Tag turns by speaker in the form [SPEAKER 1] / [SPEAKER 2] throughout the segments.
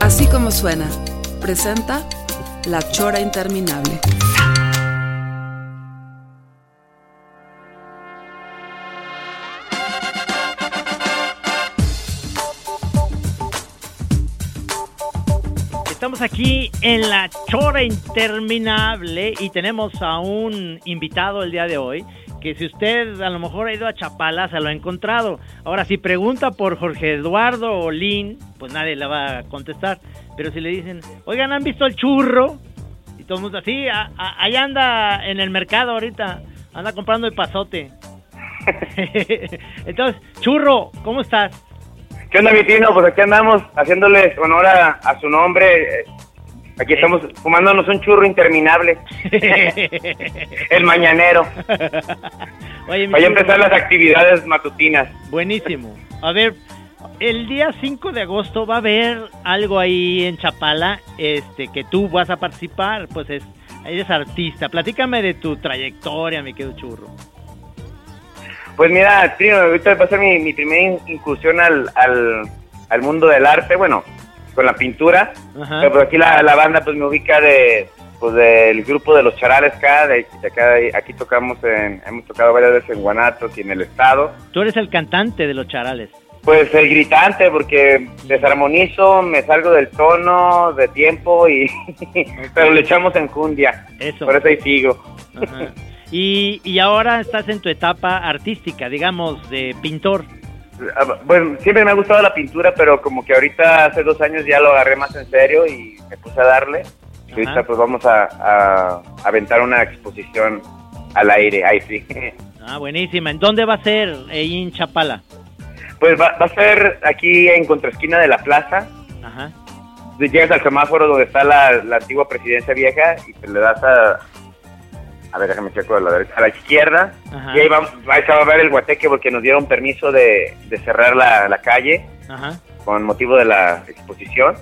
[SPEAKER 1] Así como suena, presenta La Chora Interminable.
[SPEAKER 2] Estamos aquí en la chora interminable y tenemos a un invitado el día de hoy que si usted a lo mejor ha ido a Chapala se lo ha encontrado. Ahora si pregunta por Jorge Eduardo o Lin, pues nadie la va a contestar, pero si le dicen, "Oigan, ¿han visto el churro?" y todo el mundo así, "Ah, ah, ahí anda en el mercado ahorita, anda comprando el pasote." Entonces, churro, ¿cómo estás?
[SPEAKER 3] ¿Qué onda, mi tino? Pues aquí andamos haciéndole honor a, a su nombre. Eh, Aquí estamos fumándonos un churro interminable. El mañanero.
[SPEAKER 2] Oye, mi
[SPEAKER 3] Vaya a
[SPEAKER 2] churro.
[SPEAKER 3] empezar las actividades matutinas.
[SPEAKER 2] Buenísimo. A ver, el día 5 de agosto va a haber algo ahí en Chapala este, que tú vas a participar, pues es, eres artista. Platícame de tu trayectoria, mi querido churro.
[SPEAKER 3] Pues mira, Trino, ahorita va a ser mi, mi primera in- incursión al, al, al mundo del arte, bueno, con la pintura.
[SPEAKER 2] Ajá.
[SPEAKER 3] Pero por aquí la, la banda pues me ubica de pues del grupo de los charales acá, de, de acá de- aquí tocamos en, hemos tocado varias veces en Guanatos y en el estado.
[SPEAKER 2] Tú eres el cantante de los charales.
[SPEAKER 3] Pues el gritante, porque desarmonizo, me salgo del tono, de tiempo y pero le echamos enjundia.
[SPEAKER 2] Eso.
[SPEAKER 3] Por eso ahí sigo.
[SPEAKER 2] Ajá. Y, y ahora estás en tu etapa artística, digamos, de pintor.
[SPEAKER 3] Ah, Bueno, siempre me ha gustado la pintura, pero como que ahorita hace dos años ya lo agarré más en serio y me puse a darle. Y
[SPEAKER 2] Ajá.
[SPEAKER 3] ahorita pues vamos a, a aventar una exposición al aire, ahí sí.
[SPEAKER 2] Ah, buenísima. ¿En dónde va a ser ahí en Chapala?
[SPEAKER 3] Pues va, va a ser aquí en contraesquina de la plaza.
[SPEAKER 2] Ajá.
[SPEAKER 3] Llegas al semáforo donde está la, la antigua presidencia vieja y te le das a. A ver, déjame checo a la derecha. A la izquierda.
[SPEAKER 2] Ajá.
[SPEAKER 3] Y ahí va, ahí se va a ver el guateque porque nos dieron permiso de, de cerrar la, la calle
[SPEAKER 2] Ajá.
[SPEAKER 3] con motivo de la exposición.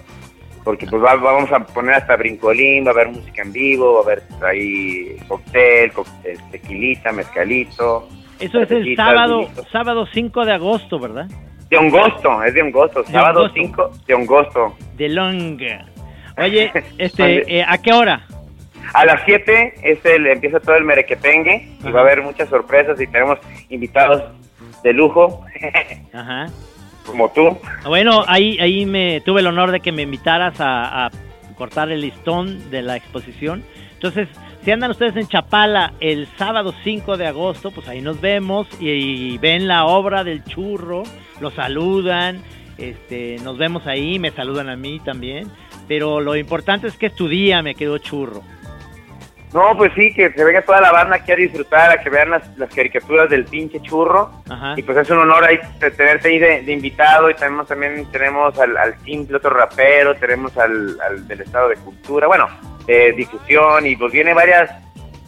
[SPEAKER 3] Porque pues va- vamos a poner hasta brincolín, va a haber música en vivo, va a haber ahí cóctel, cóctel tequilita, mezcalito.
[SPEAKER 2] Eso es el
[SPEAKER 3] cervecitas,
[SPEAKER 2] sábado,
[SPEAKER 3] vinitos.
[SPEAKER 2] sábado 5 de agosto, ¿verdad?
[SPEAKER 3] De Ongosto, es de Ongosto,
[SPEAKER 2] De
[SPEAKER 3] sábado
[SPEAKER 2] Ongosto.
[SPEAKER 3] 5 de Ongosto.
[SPEAKER 2] De Long. Oye,
[SPEAKER 3] Ande.
[SPEAKER 2] este, eh, ¿a qué hora?
[SPEAKER 3] A las 7 es el, empieza todo el merequetengue y
[SPEAKER 2] Ajá.
[SPEAKER 3] va a haber muchas sorpresas y tenemos invitados de lujo,
[SPEAKER 2] Ajá.
[SPEAKER 3] como tú.
[SPEAKER 2] Bueno, ahí, ahí me tuve el honor de que me invitaras a, a cortar el listón de la exposición. Entonces, si andan ustedes en Chapala el sábado 5 de agosto, pues ahí nos vemos y, y ven la obra del churro, lo saludan, este, nos vemos ahí, me saludan a mí también. Pero lo importante es que es tu día, me quedo churro.
[SPEAKER 3] No, pues sí, que se venga toda la banda aquí a disfrutar, a que vean las, las caricaturas del pinche churro.
[SPEAKER 2] Ajá.
[SPEAKER 3] Y pues es un honor ahí te- tenerte ahí de, de invitado y tenemos también tenemos al, al simple otro rapero, tenemos al, al del estado de cultura, bueno, eh, difusión y pues viene varias,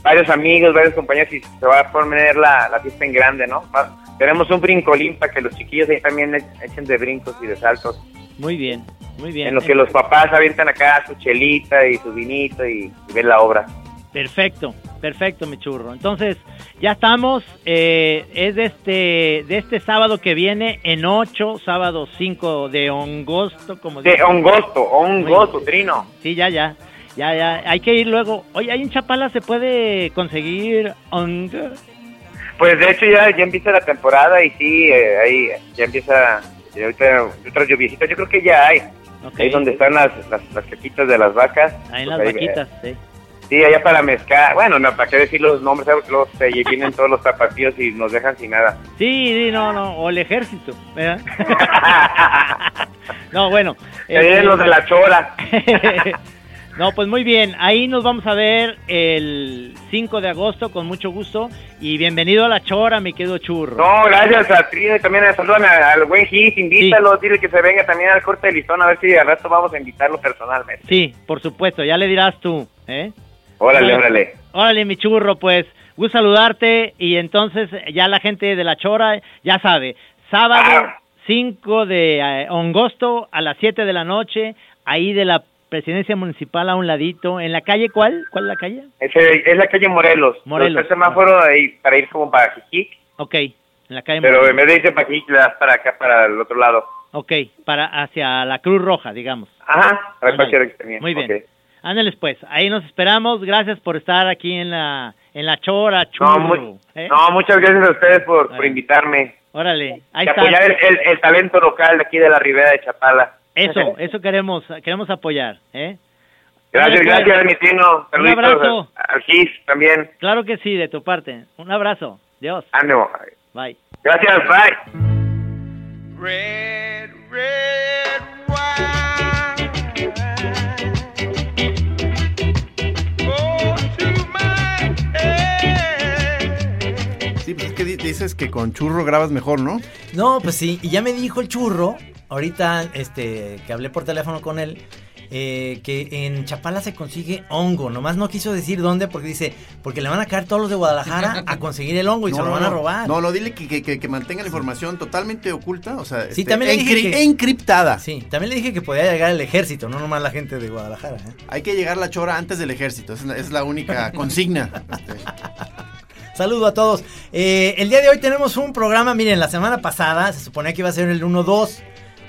[SPEAKER 3] varios amigos, varios compañeros y se va a poner la, la fiesta en grande, ¿no? Va- tenemos un brincolín para que los chiquillos ahí también e- echen de brincos y de saltos,
[SPEAKER 2] Muy bien, muy bien. eh,
[SPEAKER 3] en los que los papás avientan acá su chelita y su vinito y, y ven la obra.
[SPEAKER 2] Perfecto, perfecto, mi churro. Entonces, ya estamos. eh, es de este, de este sábado que viene, en 8, sábado 5 de agosto, como
[SPEAKER 3] De
[SPEAKER 2] dicen.
[SPEAKER 3] ongosto, ongosto, Trino.
[SPEAKER 2] Sí, ya, ya. Ya, ya. Hay que ir luego. Oye, ahí en Chapala se puede conseguir on...
[SPEAKER 3] Pues de hecho ya, ya empieza la temporada y sí, eh, ahí ya empieza y ahorita otras lluviecitas, yo creo que ya hay.
[SPEAKER 2] Ok,
[SPEAKER 3] Ahí donde están las, las, las caquitas de las vacas.
[SPEAKER 2] ahí en
[SPEAKER 3] pues
[SPEAKER 2] las
[SPEAKER 3] ahí,
[SPEAKER 2] vaquitas, sí.
[SPEAKER 3] eh, sí, allá para mezclar. Bueno, no, para qué decir los nombres, ¿sabes? luego se y vienen todos los zapatillos y nos dejan sin nada.
[SPEAKER 2] Sí, sí, no, no. O el ejército, ¿verdad? no, bueno.
[SPEAKER 3] Se vienen
[SPEAKER 2] este-
[SPEAKER 3] los de la chora.
[SPEAKER 2] No, pues muy bien, ahí nos vamos a ver el 5 de agosto con mucho gusto y bienvenido a la chora, mi querido churro.
[SPEAKER 3] No, gracias a Trino y también saludan a- al buen Gis, invítalo, dile que se venga también al corte de listón, a ver si al rato vamos a invitarlo personalmente.
[SPEAKER 2] Sí, por supuesto, ya le dirás tú, ¿eh?
[SPEAKER 3] Órale, órale.
[SPEAKER 2] Órale, mi churro, pues, gusto saludarte y entonces ya la gente de la chora ya sabe, sábado
[SPEAKER 3] Ah.
[SPEAKER 2] 5 de eh, agosto a las 7 de la noche, ahí de la presidencia municipal a un ladito, en la calle ¿cuál? ¿Cuál es la calle?
[SPEAKER 3] Ese- es la calle Morelos.
[SPEAKER 2] Morelos.
[SPEAKER 3] El semáforo ahí para ir como para Jijic,
[SPEAKER 2] Ok, en la calle
[SPEAKER 3] pero
[SPEAKER 2] Morelos.
[SPEAKER 3] en vez de irse para Jijic, le das para acá, para el otro lado.
[SPEAKER 2] Ok, para hacia la Cruz Roja, digamos.
[SPEAKER 3] Ajá, para
[SPEAKER 2] Ándale.
[SPEAKER 3] cualquier extremidad.
[SPEAKER 2] Muy bien.
[SPEAKER 3] Ok.
[SPEAKER 2] Ándales pues, ahí nos esperamos. Gracias por estar aquí en la en la chora, churro.
[SPEAKER 3] No, mu-
[SPEAKER 2] ¿eh?
[SPEAKER 3] no, muchas gracias a ustedes por, por
[SPEAKER 2] Bueno.
[SPEAKER 3] invitarme.
[SPEAKER 2] Órale, ahí
[SPEAKER 3] y
[SPEAKER 2] está.
[SPEAKER 3] apoyar el, el- el talento local de aquí de la Ribera de Chapala.
[SPEAKER 2] Eso, eso queremos, queremos apoyar, ¿eh?
[SPEAKER 3] Gracias,
[SPEAKER 2] Órale, pues.
[SPEAKER 3] gracias, mi tino.
[SPEAKER 2] Un
[SPEAKER 3] Saluditos
[SPEAKER 2] abrazo.
[SPEAKER 3] a- al Gis también.
[SPEAKER 2] Claro que sí, de tu parte. Un abrazo. Dios.
[SPEAKER 3] Ánimo.
[SPEAKER 2] Bye.
[SPEAKER 3] Gracias, bye.
[SPEAKER 4] Red, red wine. Go to my head.
[SPEAKER 5] Sí, pues es que di- dices que con churro grabas mejor, ¿no?
[SPEAKER 6] No, pues sí, y ya me dijo el churro, ahorita este, que hablé por teléfono con él, eh, que en Chapala se consigue hongo, nomás no quiso decir dónde porque dice, porque le van a caer todos los de Guadalajara a conseguir el hongo y se lo van a robar.
[SPEAKER 5] No, no, dile que, que- que- que mantenga la información totalmente oculta, o sea, este,
[SPEAKER 6] Sí, también le dije
[SPEAKER 5] encri-
[SPEAKER 6] que-
[SPEAKER 5] encriptada.
[SPEAKER 6] Sí, también le dije que podía llegar el ejército, no nomás la gente de Guadalajara. ¿eh?
[SPEAKER 5] Hay que llegar la chora antes del ejército, esa es la, es la única consigna. Este,
[SPEAKER 6] Saludo a todos. Eh, el día de hoy tenemos un programa, miren, la semana pasada se suponía que iba a ser el 1-2.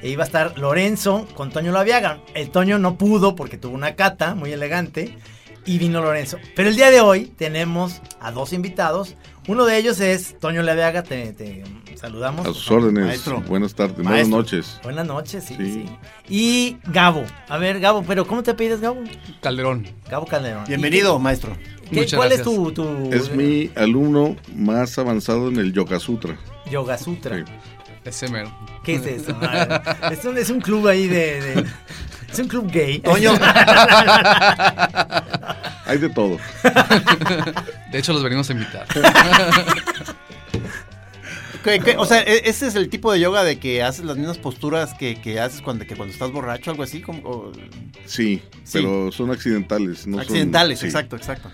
[SPEAKER 6] E iba a estar Lorenzo con Toño Laviaga. El Toño no pudo porque tuvo una cata muy elegante y vino Lorenzo. Pero el día de hoy tenemos a dos invitados. Uno de ellos es Toño Laviaga, te, te saludamos.
[SPEAKER 7] A sus órdenes.
[SPEAKER 5] Maestro.
[SPEAKER 7] Buenas tardes, buenas
[SPEAKER 5] Maestro.
[SPEAKER 7] noches.
[SPEAKER 6] Buenas noches, sí,
[SPEAKER 7] Sí.
[SPEAKER 6] sí. Y Gabo. A ver, Gabo, pero ¿cómo te pides, Gabo?
[SPEAKER 8] Calderón.
[SPEAKER 6] Gabo Calderón.
[SPEAKER 5] Bienvenido, maestro.
[SPEAKER 6] ¿Y qué-
[SPEAKER 8] Muchas
[SPEAKER 6] ¿Cuál
[SPEAKER 8] gracias.
[SPEAKER 6] es tu, tu
[SPEAKER 7] Es mi alumno más avanzado en el Yoga Sutra.
[SPEAKER 6] Yoga Sutra?
[SPEAKER 7] Sí.
[SPEAKER 8] Ese mero.
[SPEAKER 6] ¿Qué es eso? Ah, es, un, es un club ahí de, de- Es un club gay.
[SPEAKER 5] Toño,
[SPEAKER 7] Hay de todo.
[SPEAKER 8] De hecho, los venimos a invitar.
[SPEAKER 5] ¿qué- qué? o sea, e- ese es el tipo de yoga de que haces las mismas posturas que, que haces cuando, que cuando estás borracho, algo así, como... o-
[SPEAKER 7] Sí,
[SPEAKER 5] Sí.
[SPEAKER 7] pero son accidentales. No son-
[SPEAKER 5] accidentales,
[SPEAKER 7] sí.
[SPEAKER 5] exacto, exacto.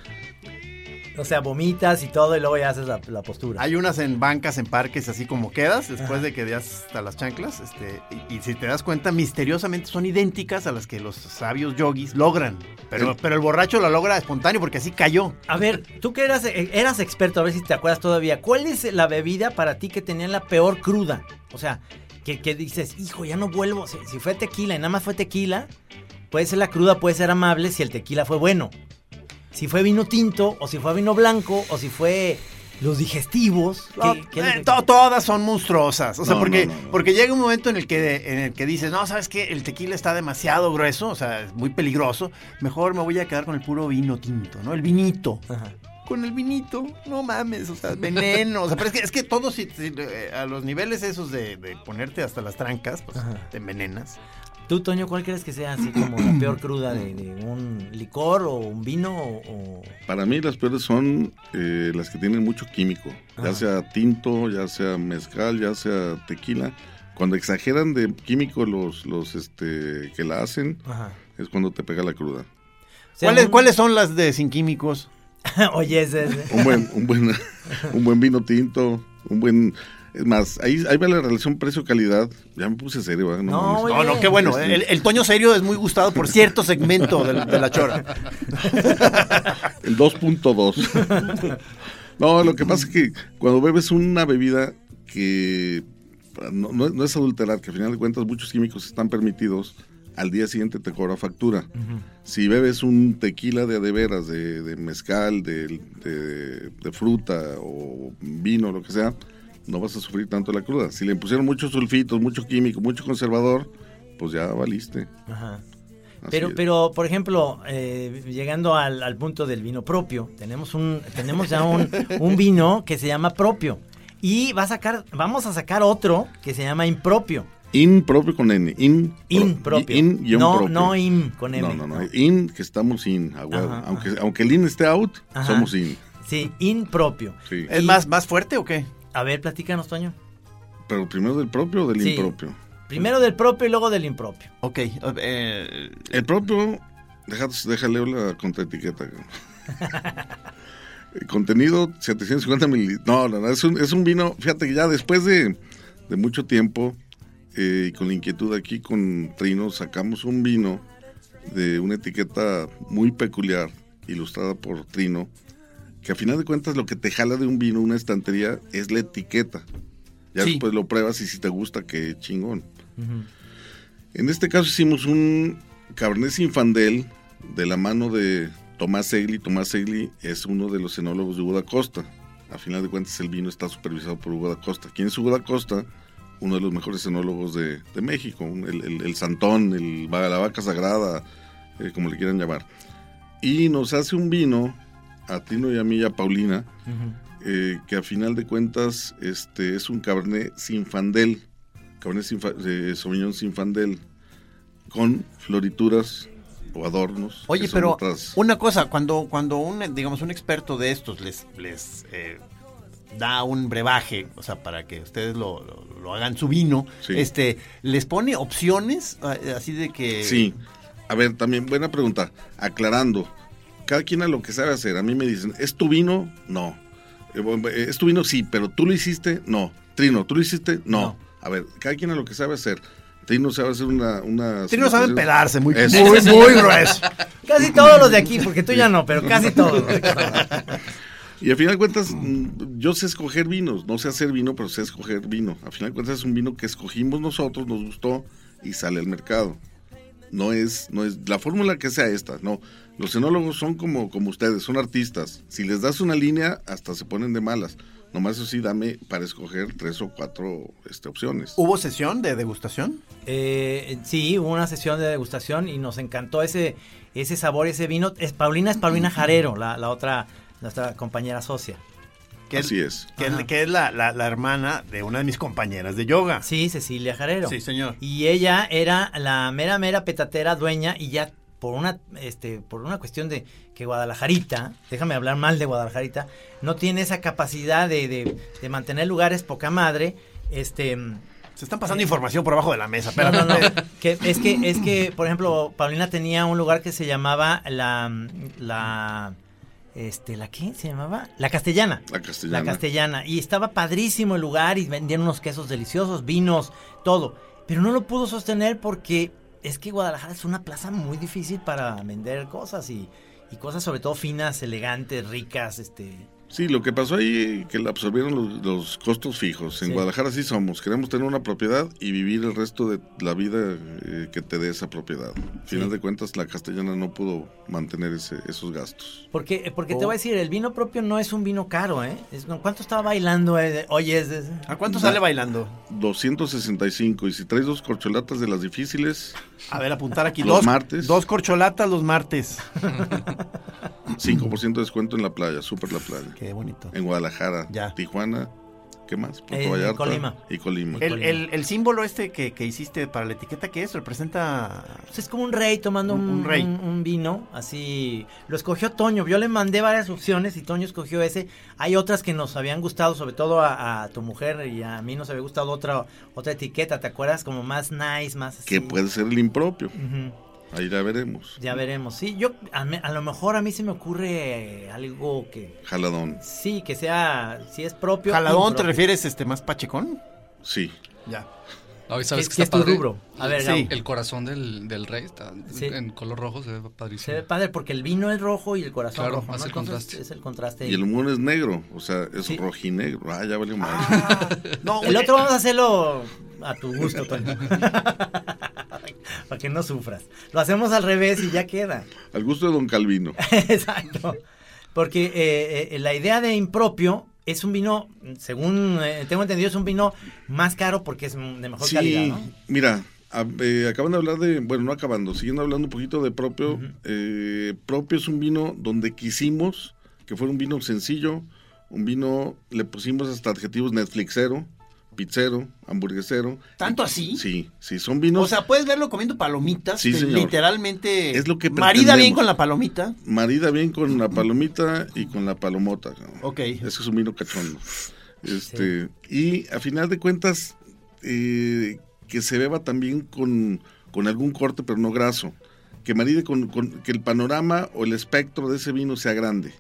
[SPEAKER 6] O sea, vomitas y todo y luego ya haces la, la postura.
[SPEAKER 5] Hay unas en bancas, en parques, así como quedas, después de que das hasta las chanclas, este, y, y si te das cuenta, misteriosamente son idénticas a las que los sabios yogis logran. Pero,
[SPEAKER 7] Sí.
[SPEAKER 5] pero el borracho la logra espontáneo porque así cayó.
[SPEAKER 6] A ver, tú que eras, eh, eras experto, a ver si te acuerdas todavía. ¿Cuál es la bebida para ti que tenía la peor cruda? O sea, que, que dices, hijo, ya no vuelvo. Si, si fue tequila y nada más fue tequila, puede ser la cruda, puede ser amable si el tequila fue bueno. Si fue vino tinto, o si fue vino blanco, o si fue los digestivos. ¿qué-
[SPEAKER 5] No,
[SPEAKER 6] qué-
[SPEAKER 5] eh, to- todas son monstruosas. O sea,
[SPEAKER 7] No,
[SPEAKER 5] porque,
[SPEAKER 7] no, no, no.
[SPEAKER 5] porque llega un momento en el que en el que dices, no, sabes qué? el tequila está demasiado grueso, o sea, es muy peligroso. Mejor me voy a quedar con el puro vino tinto, ¿no? El vinito.
[SPEAKER 6] Ajá.
[SPEAKER 5] Con el vinito, no mames, o sea, veneno. O sea, pero es que, es que todo, si, si, eh, a los niveles esos de, de ponerte hasta las trancas, pues
[SPEAKER 6] Ajá.
[SPEAKER 5] te envenenas.
[SPEAKER 6] ¿Tú, Toño, cuál crees que sea así como la peor cruda de, de un licor o un vino o...? o-
[SPEAKER 7] Para mí las peores son eh, las que tienen mucho químico.
[SPEAKER 6] Ajá.
[SPEAKER 7] Ya sea tinto, ya sea mezcal, ya sea tequila. Cuando exageran de químico los, los este, que la hacen,
[SPEAKER 6] Ajá.
[SPEAKER 7] es cuando te pega la cruda.
[SPEAKER 6] O sea,
[SPEAKER 5] ¿Cuáles,
[SPEAKER 6] un-
[SPEAKER 5] cuáles son las de sin químicos?
[SPEAKER 6] Oye, ese, ese.
[SPEAKER 7] un buen, un buen, un buen vino tinto, un buen, es más, ahí, ahí va la relación precio-calidad. Ya me puse serio, ¿verdad?
[SPEAKER 6] No,
[SPEAKER 7] mames.
[SPEAKER 6] oye.
[SPEAKER 5] No, no, qué bueno. eh.
[SPEAKER 7] Sí.
[SPEAKER 5] El, el Toño Serio es muy gustado por cierto segmento de, la- de la chora.
[SPEAKER 7] El 2.2. no, lo que pasa es que cuando bebes una bebida que ah, no, no es- no es adulterar, que al final de cuentas muchos químicos están permitidos, al día siguiente te cobra factura. Si bebes un tequila de a de veras, de, de mezcal, de, de- de fruta o vino, lo que sea, no vas a sufrir tanto la cruda. Si le pusieron muchos sulfitos, mucho químico, mucho conservador, pues ya valiste.
[SPEAKER 6] Ajá.
[SPEAKER 7] Así
[SPEAKER 6] Pero,
[SPEAKER 7] es.
[SPEAKER 6] pero, por ejemplo, eh, llegando al, al punto del vino propio, tenemos un, tenemos ya un, un vino que se llama propio. Y va a sacar, vamos a sacar otro que se llama impropio.
[SPEAKER 7] Impropio con N. In,
[SPEAKER 6] Impropio.
[SPEAKER 7] In, guión
[SPEAKER 6] no,
[SPEAKER 7] propio.
[SPEAKER 6] no im con M.
[SPEAKER 7] No, no, no. In, que estamos in. a huevo.
[SPEAKER 6] Ajá,
[SPEAKER 7] aunque, aunque el in esté out,
[SPEAKER 6] Ajá.
[SPEAKER 7] somos in.
[SPEAKER 6] Sí, impropio.
[SPEAKER 7] Sí.
[SPEAKER 5] ¿Es más, más fuerte o qué?
[SPEAKER 6] A ver, platícanos, Toño.
[SPEAKER 7] Pero primero del propio o del
[SPEAKER 6] Sí.
[SPEAKER 7] impropio.
[SPEAKER 6] Primero del propio y luego del impropio.
[SPEAKER 5] Ok. eh,
[SPEAKER 7] El propio, deja- déjale la contraetiqueta. cabrón. El Contenido 750 mililitros. No, la verdad, es un, es un vino. Fíjate que ya después de, de mucho tiempo eh, y con la inquietud aquí con Trino, sacamos un vino de una etiqueta muy peculiar, ilustrada por Trino, que a final de cuentas lo que te jala de un vino, una estantería, es la etiqueta. Ya
[SPEAKER 5] Sí.
[SPEAKER 7] después lo pruebas y si te gusta, qué chingón. En este caso hicimos un Cabernet Infandel de la mano de Tomás Segli. Tomás Segli es uno de los enólogos de Hugo da Costa. A final de cuentas, el vino está supervisado por Hugo da Costa. ¿Quién es Hugo da Costa? Uno de los mejores enólogos de, de México. un- El, el- el Santón, el, va- la vaca sagrada, eh, como le quieran llamar. Y nos hace un vino, a Tino y a mí y a Paulina, eh, que a final de cuentas este, es un Cabernet Sinfandel, Cabernet Sinfa- eh, Sauvignon Sinfandel, con florituras o adornos.
[SPEAKER 5] Oye,
[SPEAKER 7] que son
[SPEAKER 5] pero
[SPEAKER 7] otras-
[SPEAKER 5] una cosa, cuando, cuando un, digamos, un experto de estos les, les eh, da un brebaje, o sea, para que ustedes lo, lo- lo hagan su vino,
[SPEAKER 7] Sí.
[SPEAKER 5] este, ¿les pone opciones ah, así de que...
[SPEAKER 7] Sí. Eh, A ver, también buena pregunta. Aclarando, cada quien a lo que sabe hacer. A mí me dicen, ¿es tu vino? No. Eh, bueno, eh, ¿Es tu vino? Sí, pero tú lo hiciste? No. Trino, ¿tú lo hiciste? No.
[SPEAKER 5] No.
[SPEAKER 7] A ver, cada quien a lo que sabe hacer. Trino sabe hacer una... una
[SPEAKER 5] Sí, no saben pelarse, muy,
[SPEAKER 7] Eso.
[SPEAKER 5] muy, muy grueso.
[SPEAKER 6] Casi todos los de aquí, porque tú ya no, pero casi todos.
[SPEAKER 7] Y a final de cuentas, mm, yo sé escoger vinos, no sé hacer vino, pero sé escoger vino. A final de cuentas es un vino que escogimos nosotros, nos gustó y sale al mercado. No es, no es la fórmula que sea esta, no. Los enólogos son como, como ustedes, son artistas. Si les das una línea, hasta se ponen de malas. Nomás eso sí, dame para escoger tres o cuatro este, opciones.
[SPEAKER 5] ¿Hubo sesión de degustación?
[SPEAKER 6] Eh, sí, hubo una sesión de degustación y nos encantó ese, ese sabor, ese vino. Es Paulina es Paulina Jarero, la, la otra, nuestra compañera socia.
[SPEAKER 5] Que
[SPEAKER 7] Así es.
[SPEAKER 5] Que es,
[SPEAKER 6] Ajá.
[SPEAKER 5] que es la, la- la hermana de una de mis compañeras de yoga.
[SPEAKER 6] Sí, Cecilia Jarero.
[SPEAKER 5] Ah. Sí, señor.
[SPEAKER 6] Y ella era la mera mera petatera dueña y ya por una este por una cuestión de que Guadalajarita, déjame hablar mal de Guadalajarita, no tiene esa capacidad de, de- de mantener lugares poca madre, este
[SPEAKER 5] Se están pasando información por abajo de la mesa,
[SPEAKER 6] no,
[SPEAKER 5] pero
[SPEAKER 6] no, no, que es que es que por ejemplo, Paulina tenía un lugar que se llamaba la la este la qué se llamaba? La Castellana.
[SPEAKER 7] La castellana.
[SPEAKER 6] La castellana. Y estaba padrísimo el lugar y vendían unos quesos deliciosos, vinos, todo. Pero no lo pudo sostener porque es que Guadalajara es una plaza muy difícil para vender cosas y, y cosas sobre todo finas, elegantes, ricas, este...
[SPEAKER 7] Sí, lo que pasó ahí que la absorbieron los, los costos fijos. En
[SPEAKER 6] Sí.
[SPEAKER 7] Guadalajara sí somos. Queremos tener una propiedad y vivir el resto de la vida eh, que te dé esa propiedad. Al final
[SPEAKER 6] Sí.
[SPEAKER 7] de cuentas, la castellana no pudo mantener ese- esos gastos.
[SPEAKER 6] Porque, porque te
[SPEAKER 5] Oh.
[SPEAKER 6] voy a decir, el vino propio no es un vino caro, ¿eh? Es- ¿Cuánto estaba bailando? eh? Oye, es... es-
[SPEAKER 5] ¿A cuánto sale bailando?
[SPEAKER 7] 265. Y si traes dos corcholatas de las difíciles,
[SPEAKER 5] A ver, apuntar aquí.
[SPEAKER 7] Los
[SPEAKER 5] dos
[SPEAKER 7] martes.
[SPEAKER 5] Dos corcholatas los martes.
[SPEAKER 7] 5% de descuento en la playa, súper la playa.
[SPEAKER 5] Qué bonito.
[SPEAKER 7] En Guadalajara,
[SPEAKER 5] Ya.
[SPEAKER 7] Tijuana, ¿qué más? Puerto
[SPEAKER 6] Eh,
[SPEAKER 7] Vallarta
[SPEAKER 6] Colima. Eh,
[SPEAKER 7] Y Colima.
[SPEAKER 5] El, el- el símbolo este que, que hiciste para la etiqueta, ¿qué es? Representa...
[SPEAKER 6] pues es como un rey tomando un,
[SPEAKER 5] Un- un rey.
[SPEAKER 6] un- un vino, así. Lo escogió Toño. Yo le mandé varias opciones y Toño escogió ese. Hay otras que nos habían gustado, sobre todo a, a tu mujer y a mí nos había gustado otra otra etiqueta, ¿te acuerdas? Como más nice, más así.
[SPEAKER 7] Que puede ser el impropio.
[SPEAKER 6] Ujú,
[SPEAKER 7] Ahí ya veremos.
[SPEAKER 6] Ya veremos. Sí, yo a, me- a lo mejor a mí se me ocurre algo que
[SPEAKER 7] Jaladón.
[SPEAKER 6] sí, que sea si es propio.
[SPEAKER 5] ¿Jaladón te
[SPEAKER 6] impropio.
[SPEAKER 5] refieres este más pachecón?
[SPEAKER 7] Sí.
[SPEAKER 5] Ya.
[SPEAKER 8] No, y sabes
[SPEAKER 6] ¿Qué-
[SPEAKER 8] que
[SPEAKER 6] qué
[SPEAKER 8] está
[SPEAKER 6] es tu
[SPEAKER 8] padre.
[SPEAKER 6] rubro? A ver,
[SPEAKER 8] Sí.
[SPEAKER 6] Gabo.
[SPEAKER 8] el corazón del, del rey está
[SPEAKER 6] Sí.
[SPEAKER 8] en color rojo, se ve
[SPEAKER 6] Se ve
[SPEAKER 8] padrísimo.
[SPEAKER 6] padre porque el vino es rojo y el corazón
[SPEAKER 8] Claro,
[SPEAKER 6] rojo. ¿no?
[SPEAKER 8] hace el
[SPEAKER 6] Entonces,
[SPEAKER 8] contraste.
[SPEAKER 6] Es el contraste.
[SPEAKER 7] Y el humor es negro, o sea, es
[SPEAKER 6] Sí.
[SPEAKER 7] rojinegro. Ah, ya valió mal.
[SPEAKER 5] No,
[SPEAKER 6] El otro vamos a hacerlo a tu gusto, Toño. Para que no sufras. Lo hacemos al revés y ya queda.
[SPEAKER 7] Al gusto de Don Calvino.
[SPEAKER 6] Exacto. Porque eh, eh, la idea de impropio es un vino, según eh, tengo entendido, es un vino más caro porque es de mejor
[SPEAKER 7] sí,
[SPEAKER 6] calidad, ¿no?
[SPEAKER 7] mira, a- eh, acaban de hablar de, bueno, no acabando, siguiendo hablando un poquito de propio.
[SPEAKER 6] Ujú.
[SPEAKER 7] Eh, propio es un vino donde quisimos que fuera un vino sencillo, un vino, le pusimos hasta adjetivos Netflixero, pizzero, hamburguesero.
[SPEAKER 5] ¿Tanto así?
[SPEAKER 7] Sí, sí, son vinos.
[SPEAKER 5] O sea, puedes verlo comiendo palomitas.
[SPEAKER 7] Sí,
[SPEAKER 5] que
[SPEAKER 7] señor.
[SPEAKER 5] Literalmente.
[SPEAKER 7] Es lo que
[SPEAKER 5] Marida bien
[SPEAKER 7] pretendemos.
[SPEAKER 5] con la palomita.
[SPEAKER 7] marida bien con la palomita y con la palomota. cabrón.
[SPEAKER 5] Ok.
[SPEAKER 7] Ese es un vino cachondo. Este, Y a final de cuentas, eh, que se beba también con, con algún corte, pero no graso. Que maride con, con- que el panorama o el espectro de ese vino sea grande.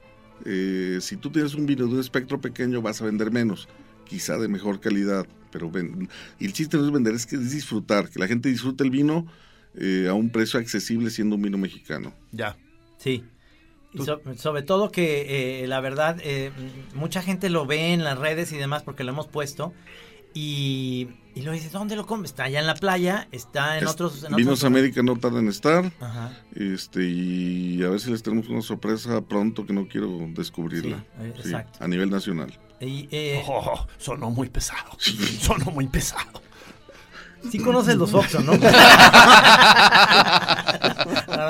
[SPEAKER 7] Eh, si tú tienes un vino de un espectro pequeño, vas a vender menos, quizá de mejor calidad. Pero ven- y el chiste no es vender, es que es disfrutar, que la gente disfrute el vino eh, a un precio accesible siendo un vino mexicano.
[SPEAKER 5] Ya.
[SPEAKER 6] Sí. Y so- sobre todo que eh, la verdad, eh, m- mucha gente lo ve en las redes y demás porque lo hemos puesto. Y, y lo dice, ¿dónde lo comes? Está allá en la playa, está en
[SPEAKER 7] Es-
[SPEAKER 6] otros... En
[SPEAKER 7] Vinos
[SPEAKER 6] otros-
[SPEAKER 7] América no tardan en estar.
[SPEAKER 6] Ajá,
[SPEAKER 7] Este, y a ver si les tenemos una sorpresa pronto que no quiero descubrirla.
[SPEAKER 6] Sí, eh,
[SPEAKER 7] Sí, Ah.
[SPEAKER 6] exacto.
[SPEAKER 7] a nivel nacional.
[SPEAKER 6] Y, eh,
[SPEAKER 5] Oh, sonó muy pesado. Sonó muy pesado.
[SPEAKER 6] Sí conoces los Oxxo, ¿no? no, no